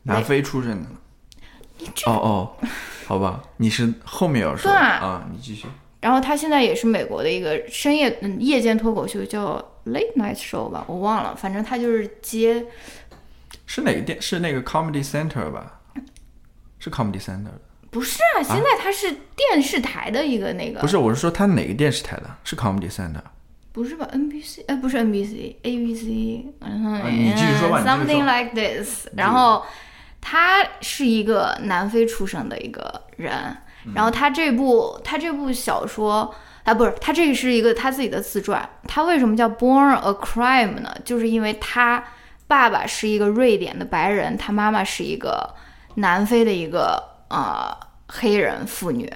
Speaker 2: 南非出身的。哦哦，好吧，你是后面要说
Speaker 3: 对
Speaker 2: 的
Speaker 3: 啊
Speaker 2: 啊，你继续。
Speaker 3: 然后他现在也是美国的一个深夜嗯夜间脱口秀，叫 Late Night Show 吧，我忘了，反正他就是接
Speaker 2: 是哪个店？是那个 Comedy Center 吧？是 Comedy Center 的，
Speaker 3: 不是啊，现在他是电视台的一个那个，
Speaker 2: 不是，我是说它哪个电视台的？是 Comedy Center。
Speaker 3: 不是吧？NBC 哎，不是 NBC，ABC，嗯、
Speaker 2: 啊你继续说吧你继续说
Speaker 3: Something like this。然后他是一个南非出生的一个人，然后他这部他这部小说啊，不是他这是一个他自己的自传。他为什么叫 Born a Crime 呢？就是因为他爸爸是一个瑞典的白人，他妈妈是一个南非的一个呃黑人妇女，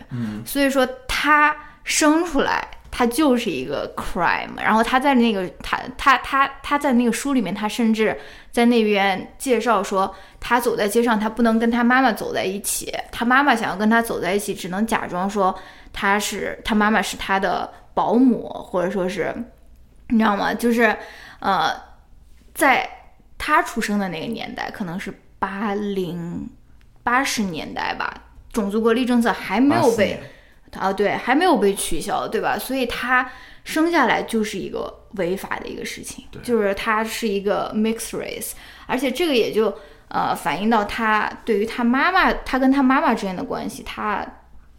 Speaker 3: 所以说他生出来，它就是一个 crime。然后他在那个他他他他在那个书里面，他甚至在那边介绍说，他走在街上，他不能跟他妈妈走在一起，他妈妈想要跟他走在一起，只能假装说他是他妈妈是他的保姆，或者说是你知道吗？就是呃，在他出生的那个年代，可能是八零八十年代吧，种族隔离政策还没有
Speaker 4: 84
Speaker 3: 被
Speaker 4: 年。
Speaker 3: 啊，对，还没有被取消，对吧？所以他生下来就是一个违法的一个事情，就是他是一个 mixed race，而且这个也就呃反映到他对于他妈妈，他跟他妈妈之间的关系，他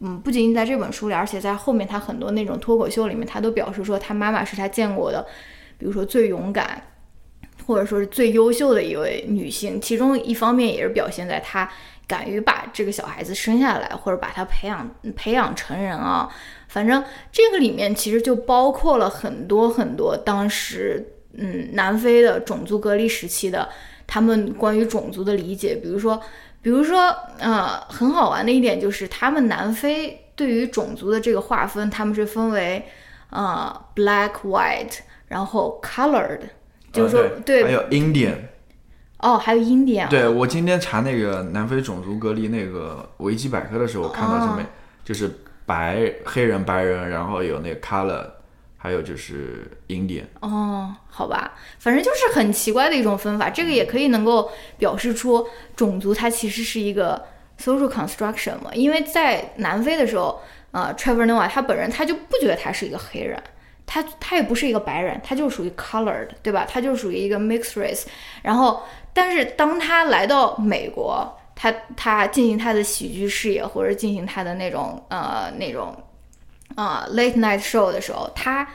Speaker 3: 嗯不仅仅在这本书里，而且在后面他很多那种脱口秀里面，他都表示说他妈妈是他见过的，比如说最勇敢。或者说是最优秀的一位女性，其中一方面也是表现在她敢于把这个小孩子生下来，或者把他培养培养成人啊。反正这个里面其实就包括了很多很多当时嗯南非的种族隔离时期的他们关于种族的理解，比如说，比如说呃很好玩的一点就是他们南非对于种族的这个划分，他们是分为呃 black white，然后 colored，就是说、
Speaker 2: 呃
Speaker 3: 对
Speaker 2: 还有 Indian，
Speaker 3: 哦还有 Indian，啊
Speaker 2: 对我今天查那个南非种族隔离那个维基百科的时候，我看到上
Speaker 3: 哦
Speaker 2: 面就是白黑人、白人，然后有那个 color，还有就是 Indian。
Speaker 3: 哦，好吧，反正就是很奇怪的一种分法。这个也可以能够表示出种族它其实是一个 social construction 嘛，因为在南非的时候，呃，Trevor Noah 他本人他就不觉得他是一个黑人。他他也不是一个白人，他就属于 colored，对吧？他就属于一个 mixed race。然后，但是当他来到美国，他他进行他的喜剧事业，或者进行他的那种呃那种啊、late night show 的时候，他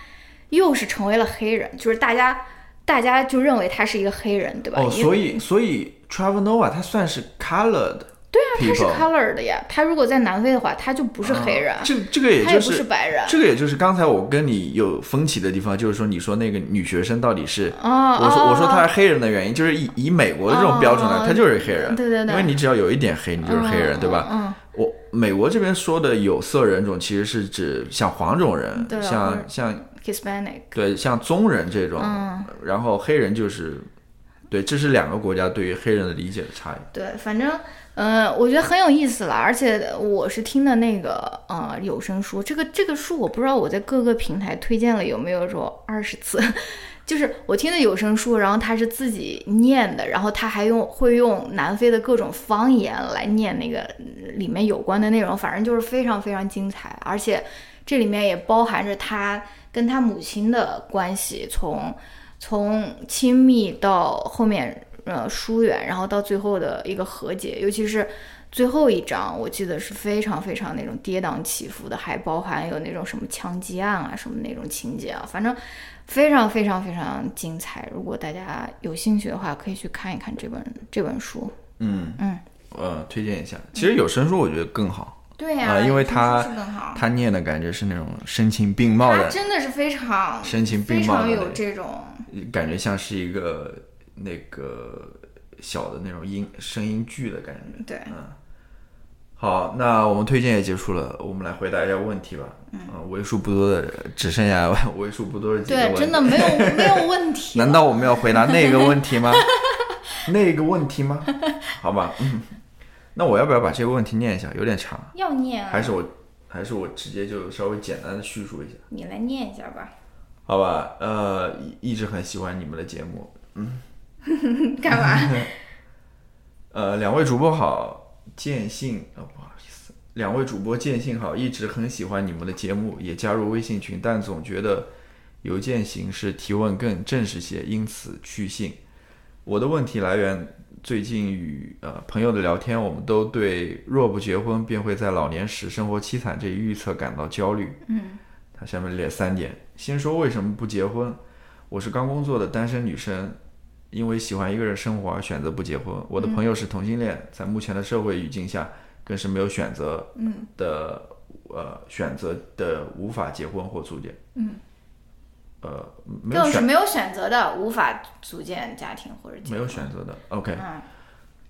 Speaker 3: 又是成为了黑人，就是大家大家就认为他是一个黑人，对吧？
Speaker 2: 哦，
Speaker 3: 因为
Speaker 2: 所以所以 Trevor Noah 他算是 colored，对啊
Speaker 3: 他是 color 的呀，他如果在南非的话，他就不是黑人，
Speaker 2: 啊这这个也
Speaker 3: 他也
Speaker 2: 就
Speaker 3: 不是白人。
Speaker 2: 这个也就是刚才我跟你有分歧的地方，就是说你说那个女学生到底是，
Speaker 3: 哦
Speaker 2: 我说
Speaker 3: 哦
Speaker 2: 我说她是黑人的原因，就是以以美国的这种标准来，
Speaker 3: 哦
Speaker 2: 她就是黑人，
Speaker 3: 对对对
Speaker 2: 因为你只要有一点黑，你就是黑人，
Speaker 3: 嗯
Speaker 2: 对吧？
Speaker 3: 嗯
Speaker 2: 我美国这边说的有色人种，其实是指像黄种人，
Speaker 3: 对啊或者
Speaker 2: 像像
Speaker 3: ，Hispanic，
Speaker 2: 对像棕人这种，
Speaker 3: 嗯
Speaker 2: 然后黑人就是，对，这是两个国家对于黑人的理解的差异。
Speaker 3: 对，反正呃，我觉得很有意思啦。而且我是听的那个呃有声书，这个这个书我不知道我在各个平台推荐了有没有说二十次， 就是我听的有声书，然后他是自己念的，然后他还用会用南非的各种方言来念那个嗯里面有关的内容，反正就是非常非常精彩，而且这里面也包含着他跟他母亲的关系，从从亲密到后面呃疏远，然后到最后的一个和解，尤其是最后一章，我记得是非常非常那种跌宕起伏的，还包含有那种什么枪击案啊什么那种情节啊，反正非常非常非常精彩。如果大家有兴趣的话，可以去看一看这本这本书。
Speaker 2: 嗯
Speaker 3: 嗯
Speaker 2: 呃，推荐一下。其实有声书我觉得更好，
Speaker 3: 对
Speaker 2: 啊因为他
Speaker 3: 真是更好
Speaker 2: 他念的感觉是那种声情并茂
Speaker 3: 他
Speaker 2: 的，
Speaker 3: 真的是非常
Speaker 2: 神情并
Speaker 3: 非
Speaker 2: 茂
Speaker 3: 常
Speaker 2: 的
Speaker 3: 有
Speaker 2: 那
Speaker 3: 这种
Speaker 2: 感觉像是一个那个小的那种音声音剧的感觉。
Speaker 3: 对。
Speaker 2: 好，那我们推荐也结束了，我们来回答一下问题吧。嗯，为数不多的，只剩下为数不多的几个问
Speaker 3: 对，
Speaker 2: 题。
Speaker 3: 真的没有没有 问题。
Speaker 2: 难道我们要回答那个问题 吗？那个问题吗？好吧，嗯，那我要不要把这个问题念一下？有点长，
Speaker 3: 要念啊？
Speaker 2: 还是我，还是我直接就稍微简单的叙述一下。
Speaker 3: 你来念一下吧？
Speaker 2: 好吧，呃，一一直很喜欢你们的节目，
Speaker 3: 干嘛？
Speaker 2: 呃，两位主播好，见信啊、不好意思，两位主播见信好，一直很喜欢你们的节目，也加入微信群，但总觉得邮件形式提问更正式些，因此去信。我的问题来源最近与呃朋友的聊天，我们都对若不结婚便会在老年时生活凄惨这一预测感到焦虑。
Speaker 3: 嗯，
Speaker 2: 他下面列三点，先说为什么不结婚。我是刚工作的单身女生，因为喜欢一个人生活而选择不结婚。我的朋友是同性恋，在目前的社会语境下，更是没有选择的、呃选择的无法结婚或组建。嗯，呃， 没有
Speaker 3: 更是
Speaker 2: 选
Speaker 3: 没有选择的，无法组建家庭或者结
Speaker 2: 没有
Speaker 3: 婚
Speaker 2: 选择的。OK，、
Speaker 3: 嗯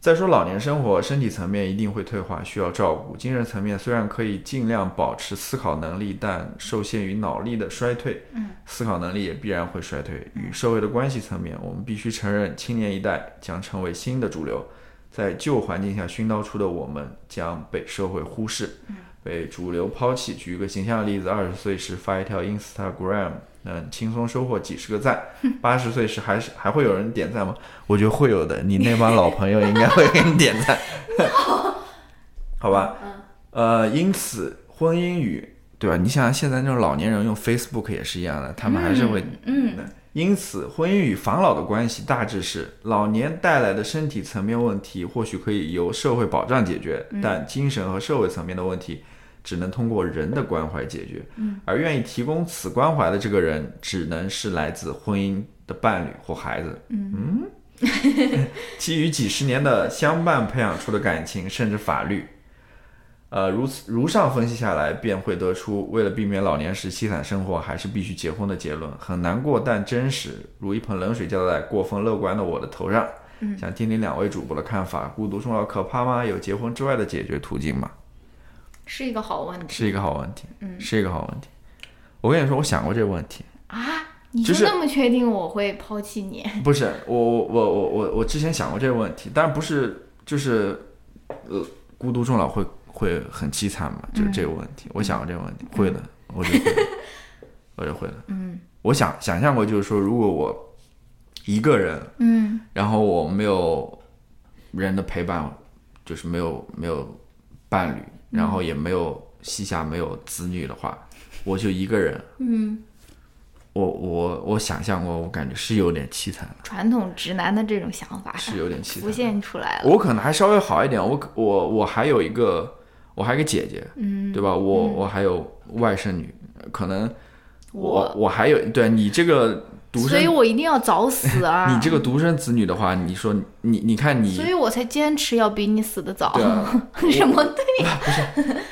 Speaker 2: 再说老年生活，身体层面一定会退化，需要照顾；精神层面虽然可以尽量保持思考能力，但受限于脑力的衰退，嗯、思考能力也必然会衰退。与社会的关系层面，我们必须承认，青年一代将成为新的主流，在旧环境下熏陶出的我们将被社会忽视，被主流抛弃。举一个形象的例子，二十岁时发一条 Instagram，能轻松收获几十个赞；八十岁时还是还会有人点赞吗？我觉得会有的，你那帮老朋友应该会给你点 赞，好吧？呃，因此婚姻与对吧？你想想现在那种老年人用 Facebook 也是一样的，他们还是会嗯。因此，婚姻与防老的关系大致是：老年带来的身体层面问题或许可以由社会保障解决，但精神和社会层面的问题只能通过人的关怀解决。而愿意提供此关怀的这个人，只能是来自婚姻的伴侣或孩子。基于几十年的相伴培养出的感情，甚至法律。呃，如此如上分析下来，便会得出为了避免老年时凄惨生活，还是必须结婚的结论。很难过，但真实，如一盆冷水浇在过分乐观的我的头上。想听听两位主播的看法，孤独重要可怕吗？有结婚之外的解决途径吗？
Speaker 3: 是一个好问题
Speaker 2: 是一个好问题，是一个好问题。我跟你说，我想过这个问题，
Speaker 3: 啊！你
Speaker 2: 就
Speaker 3: 就是那么确定我会抛弃你？
Speaker 2: 不是我我我我我我之前想过这个问题，但不是就是呃孤独终老会会很凄惨嘛，就是这个问题，我想过这个问题，会的，我就会的，我就会的，嗯， 我想想象过就是说，如果我一个人，
Speaker 3: 嗯，
Speaker 2: 然后我没有人的陪伴，就是没有没有伴侣，然后也没有膝下没有子女的话，我就一个人，嗯。我我我想象过，我感觉是有点凄惨的
Speaker 3: 传统直男的这种想法
Speaker 2: 是有点凄
Speaker 3: 浮
Speaker 2: 惨。
Speaker 3: 现出来了。
Speaker 2: 我可能还稍微好一点，我可我我还有一个，我还有一个姐姐，嗯，对吧？我、我还有外甥女，可能我我还有对你这个独
Speaker 3: 所
Speaker 2: 生
Speaker 3: 以，，我一定要早死 啊！
Speaker 2: 你这个独生子女的话，你说你你看你
Speaker 3: 所以我才坚持要比你死的早。
Speaker 2: 对 啊
Speaker 3: 什么对？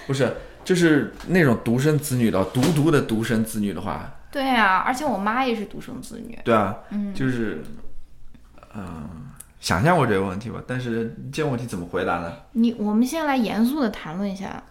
Speaker 2: 不是就是那种独生子女的独独的独生子女的话，
Speaker 3: 对啊，而且我妈也是独生子女。
Speaker 2: 对啊，就是嗯、想象过这个问题吧，但是这个问题怎么回答呢？
Speaker 3: 你，我们先来严肃的谈论一下。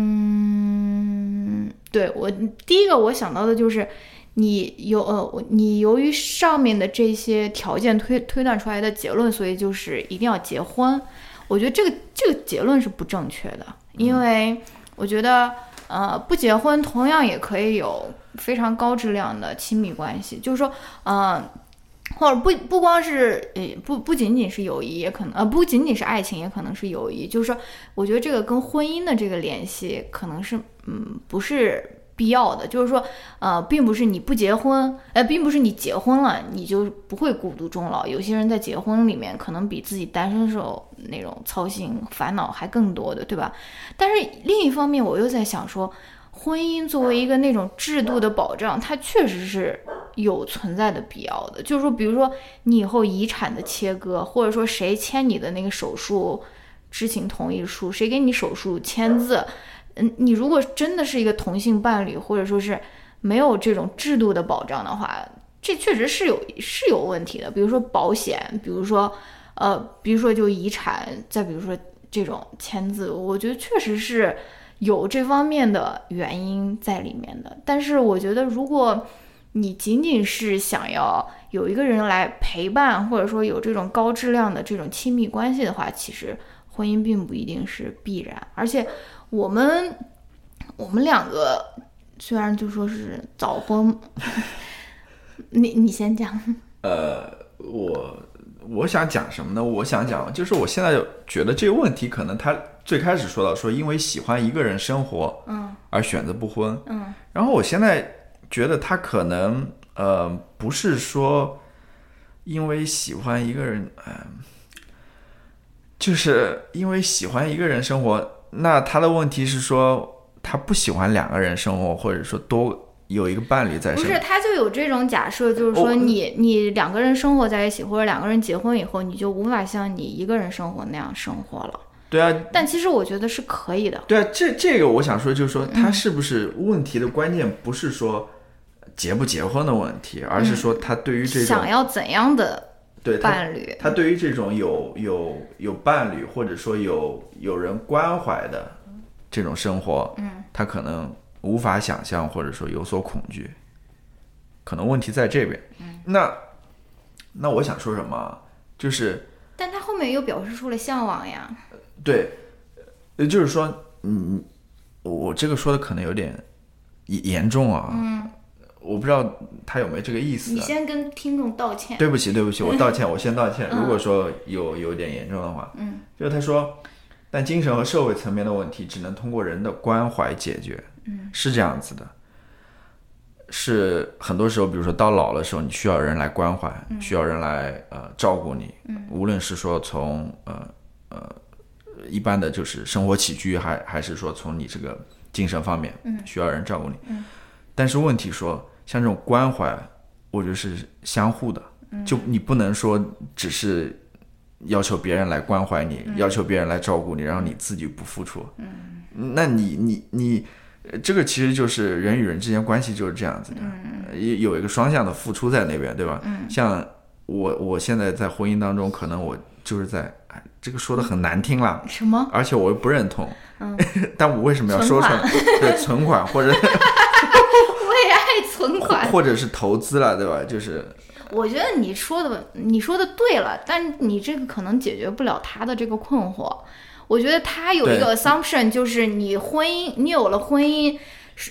Speaker 3: 嗯，对我第一个我想到的就是，你由呃，你由于上面的这些条件推推断出来的结论，所以就是一定要结婚。我觉得这个这个结论是不正确的，因为我觉得呃，不结婚同样也可以有非常高质量的亲密关系，就是说，呃，或者不不光是呃不不仅仅是友谊，也可能呃不仅仅是爱情，也可能是友谊。就是说，我觉得这个跟婚姻的这个联系可能是嗯不是必要的。就是说，呃，并不是你不结婚，呃，并不是你结婚了你就不会孤独终老。有些人在结婚里面可能比自己单身的时候那种操心烦恼还更多的，对吧？但是另一方面，我又在想说，婚姻作为一个那种制度的保障，它确实是有存在的必要的。就是说，比如说你以后遗产的切割，或者说谁签你的那个手术知情同意书，谁给你手术签字，嗯，你如果真的是一个同性伴侣，或者说是没有这种制度的保障的话，这确实是有是有问题的。比如说保险，比如说呃，比如说就遗产，再比如说这种签字，我觉得确实是有这方面的原因在里面的。但是我觉得，如果你仅仅是想要有一个人来陪伴，或者说有这种高质量的这种亲密关系的话，其实婚姻并不一定是必然。而且我们我们两个虽然就说是早婚， 你你先讲，
Speaker 2: 呃，我我想讲什么呢？我想讲，就是我现在觉得这个问题，可能他最开始说到说，因为喜欢一个人生活，嗯，而选择不婚，嗯，然后我现在觉得他可能呃，不是说因为喜欢一个人，嗯、就是因为喜欢一个人生活，那他的问题是说他不喜欢两个人生活，或者说多有一个伴侣在
Speaker 3: 不
Speaker 2: 身
Speaker 3: 是
Speaker 2: 边。
Speaker 3: 他就有这种假设，就是说
Speaker 2: 哦
Speaker 3: 你、你两个人生活在一起，或者两个人结婚以后，你就无法像你一个人生活那样生活了。
Speaker 2: 对啊，
Speaker 3: 但其实我觉得是可以的，
Speaker 2: 对啊，这这个我想说，就是说他是不是问题的关键不是说结不结婚的问题，而是说他对于这种
Speaker 3: 想要怎样的
Speaker 2: 对他
Speaker 6: 伴侣，
Speaker 2: 他对于这种有有有伴侣或者说有有人关怀的这种生活，嗯，他可能无法想象或者说有所恐惧，可能问题在这边。嗯，那那我想说什么啊？就是
Speaker 6: 但他后面又表示出了向往呀。
Speaker 2: 对，呃，就是说，嗯，我这个说的可能有点严严重啊，嗯，我不知道他有没有这个意思、啊。
Speaker 3: 你先跟听众道歉。
Speaker 2: 对不起，对不起，我道歉，我先道歉。如果说有有点严重的话，嗯，就是他说，但精神和社会层面的问题只能通过人的关怀解决，嗯，是这样子的，是很多时候，比如说到老的时候，你需要人来关怀，需要人来呃照顾你，嗯，无论是说从呃呃一般的就是生活起居，还还是说从你这个精神方面，嗯，需要人照顾你，嗯，但是问题说像这种关怀，我觉得是相互的，就你不能说只是要求别人来关怀你，要求别人来照顾你，然后你自己不付出。嗯，那你你你，呃这个其实就是人与人之间关系就是这样子的，呃有有一个双向的付出在那边，对吧？嗯，像我我现在在婚姻当中，可能我就是在，哎，这个说的很难听啦，
Speaker 6: 什么？
Speaker 2: 而且我又不认同，嗯， 但我为什么要说出来？对，存款或者
Speaker 3: 为爱存款。
Speaker 2: 或者是投资了，对吧？就是
Speaker 3: 我觉得你说的你说的对了，但你这个可能解决不了他的这个困惑。我觉得他有一个 assumption，就是你婚姻，你有了婚姻，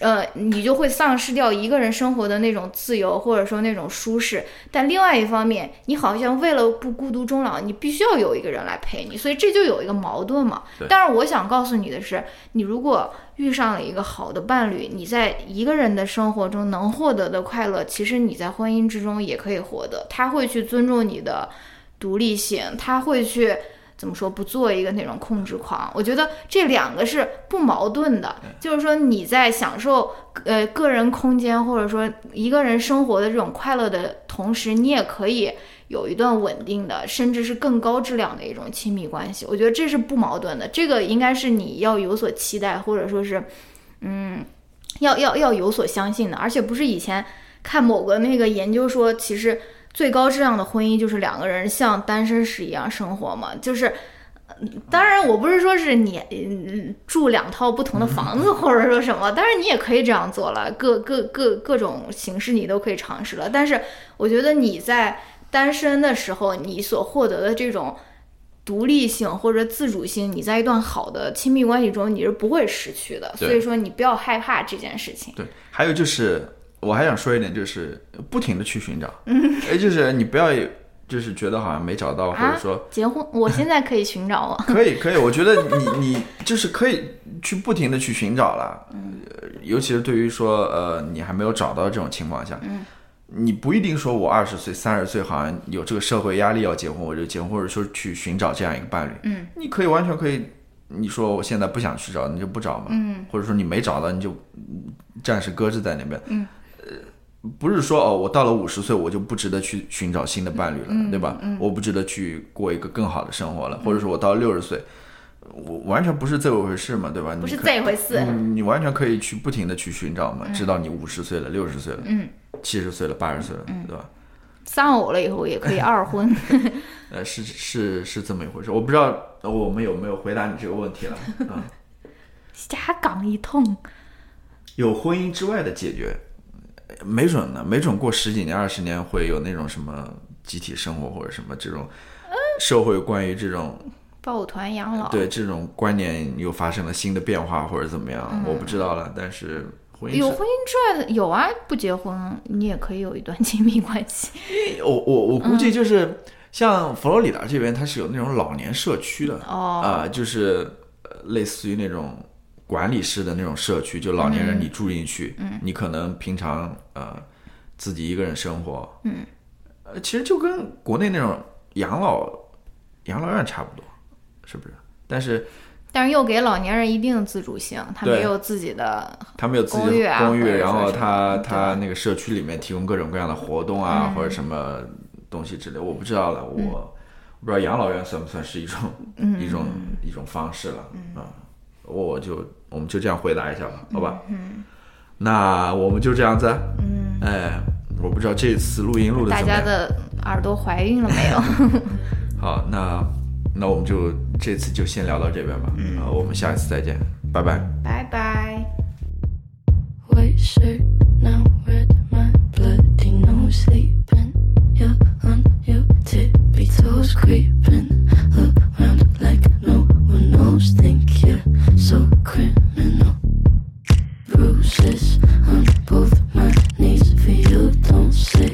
Speaker 3: 呃，你就会丧失掉一个人生活的那种自由，或者说那种舒适。但另外一方面，你好像为了不孤独终老，你必须要有一个人来陪你，所以这就有一个矛盾嘛。但是我想告诉你的是，你如果遇上了一个好的伴侣，你在一个人的生活中能获得的快乐，其实你在婚姻之中也可以获得。他会去尊重你的独立性，他会去怎么说，不做一个那种控制狂。我觉得这两个是不矛盾的，就是说你在享受呃个人空间或者说一个人生活的这种快乐的同时，你也可以。有一段稳定的，甚至是更高质量的一种亲密关系，我觉得这是不矛盾的。这个应该是你要有所期待，或者说是，嗯，要要要有所相信的，而且不是以前看某个那个研究说，其实最高质量的婚姻就是两个人像单身时一样生活嘛，就是。嗯当然，我不是说是你嗯住两套不同的房子，或者说什么，当然你也可以这样做了，各各各各种形式你都可以尝试了。但是我觉得你在单身的时候，你所获得的这种独立性或者自主性，你在一段好的亲密关系中你是不会失去的。
Speaker 2: 对
Speaker 3: 所以说，你不要害怕这件事情。
Speaker 2: 对，还有就是我还想说一点，就是不停的去寻找，嗯，哎，就是你不要就是觉得好像没找到，或者说
Speaker 3: 啊、结婚，我现在可以寻找我。
Speaker 2: 可以可以，我觉得你你就是可以去不停的去寻找了，呃尤其是对于说呃你还没有找到这种情况下，你不一定说我二十岁三十岁好像有这个社会压力要结婚我就结婚，或者说去寻找这样一个伴侣，嗯，你可以完全可以，你说我现在不想去找，你就不找嘛，嗯，或者说你没找到你就嗯暂时搁置在那边，嗯。不是说哦，我到了五十岁，我就不值得去寻找新的伴侣了，对吧？我不值得去过一个更好的生活了，或者说我到六十岁，我完全不是这么回事嘛，对吧？你
Speaker 3: 不是
Speaker 2: 可
Speaker 3: 这回事，
Speaker 2: 嗯你完全可以去不停的去寻找嘛，直到你五十岁了、六十岁了、七十岁了、八十岁了，对吧？
Speaker 3: 丧偶了以后也可以 二婚。
Speaker 2: 呃，是是是这么一回事，我不知道呃我们有没有回答你这个问题了啊？
Speaker 3: 下岗一通，
Speaker 2: 有婚姻之外的解决，呃没准呢，没准过十几年、二十年会有那种什么集体生活或者什么这种社会关于这种
Speaker 3: 抱团养老。
Speaker 2: 对这种观念又发生了新的变化或者怎么样，我不知道了。但是婚姻
Speaker 3: 有
Speaker 2: 是
Speaker 3: 婚姻之外的有啊，不结婚你也可以有一段亲密关系。
Speaker 2: 我我我估计就是像佛罗里达这边，它是有那种老年社区的
Speaker 3: 哦
Speaker 2: 啊、就是呃类似于那种管理式的那种社区，就老年人你住进去，你可能平常呃自己一个人生活，嗯，呃，其实就跟国内那种养老养老院差不多，是不是？但是
Speaker 3: 但是又给老年人一定的自主性，他
Speaker 2: 对
Speaker 3: 没有自己的，
Speaker 2: 他们有自己的
Speaker 3: 公寓啊或者说
Speaker 2: 然后
Speaker 3: 什么
Speaker 2: 他
Speaker 3: 对嗯
Speaker 2: 他那个社区里面提供各种各样的活动啊，或者什么东西之类，我不知道了，我我不知道养老院算不算是一种
Speaker 3: 嗯
Speaker 2: 一种一种方式了啊？我就我
Speaker 3: 嗯
Speaker 2: 啊
Speaker 3: 嗯
Speaker 2: 们就这样回答一下吧，好吧？那我们就这样子，哎，我不知道这次录音录的
Speaker 1: 大
Speaker 2: 怎么样
Speaker 1: 家。的耳朵怀孕了 没有？
Speaker 2: 好，那那我们就这次就先聊到这边吧。嗯、我们下一次再见，拜拜。
Speaker 3: 拜拜。
Speaker 7: White shirt, now red, my bloody nose sleeping. You're on your tippy toes, creeping around like no one knows. Think you're so criminal. Bruises on both my knees for you. Don't say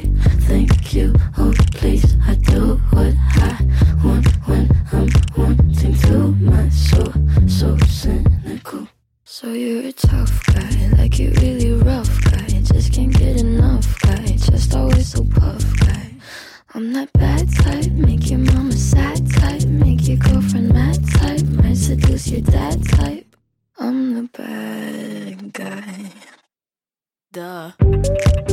Speaker 7: thank you. Oh, please, I do what I want when I'm wanting to. My soul, so cynical. So you're a tough guy, like you really rough guy. Just can't get enough guy, just always so puff guy. I'm that bad type, make your mama sad type, make your girlfriend mad type, might seduce your dad type. I'm the bad guy. Duh.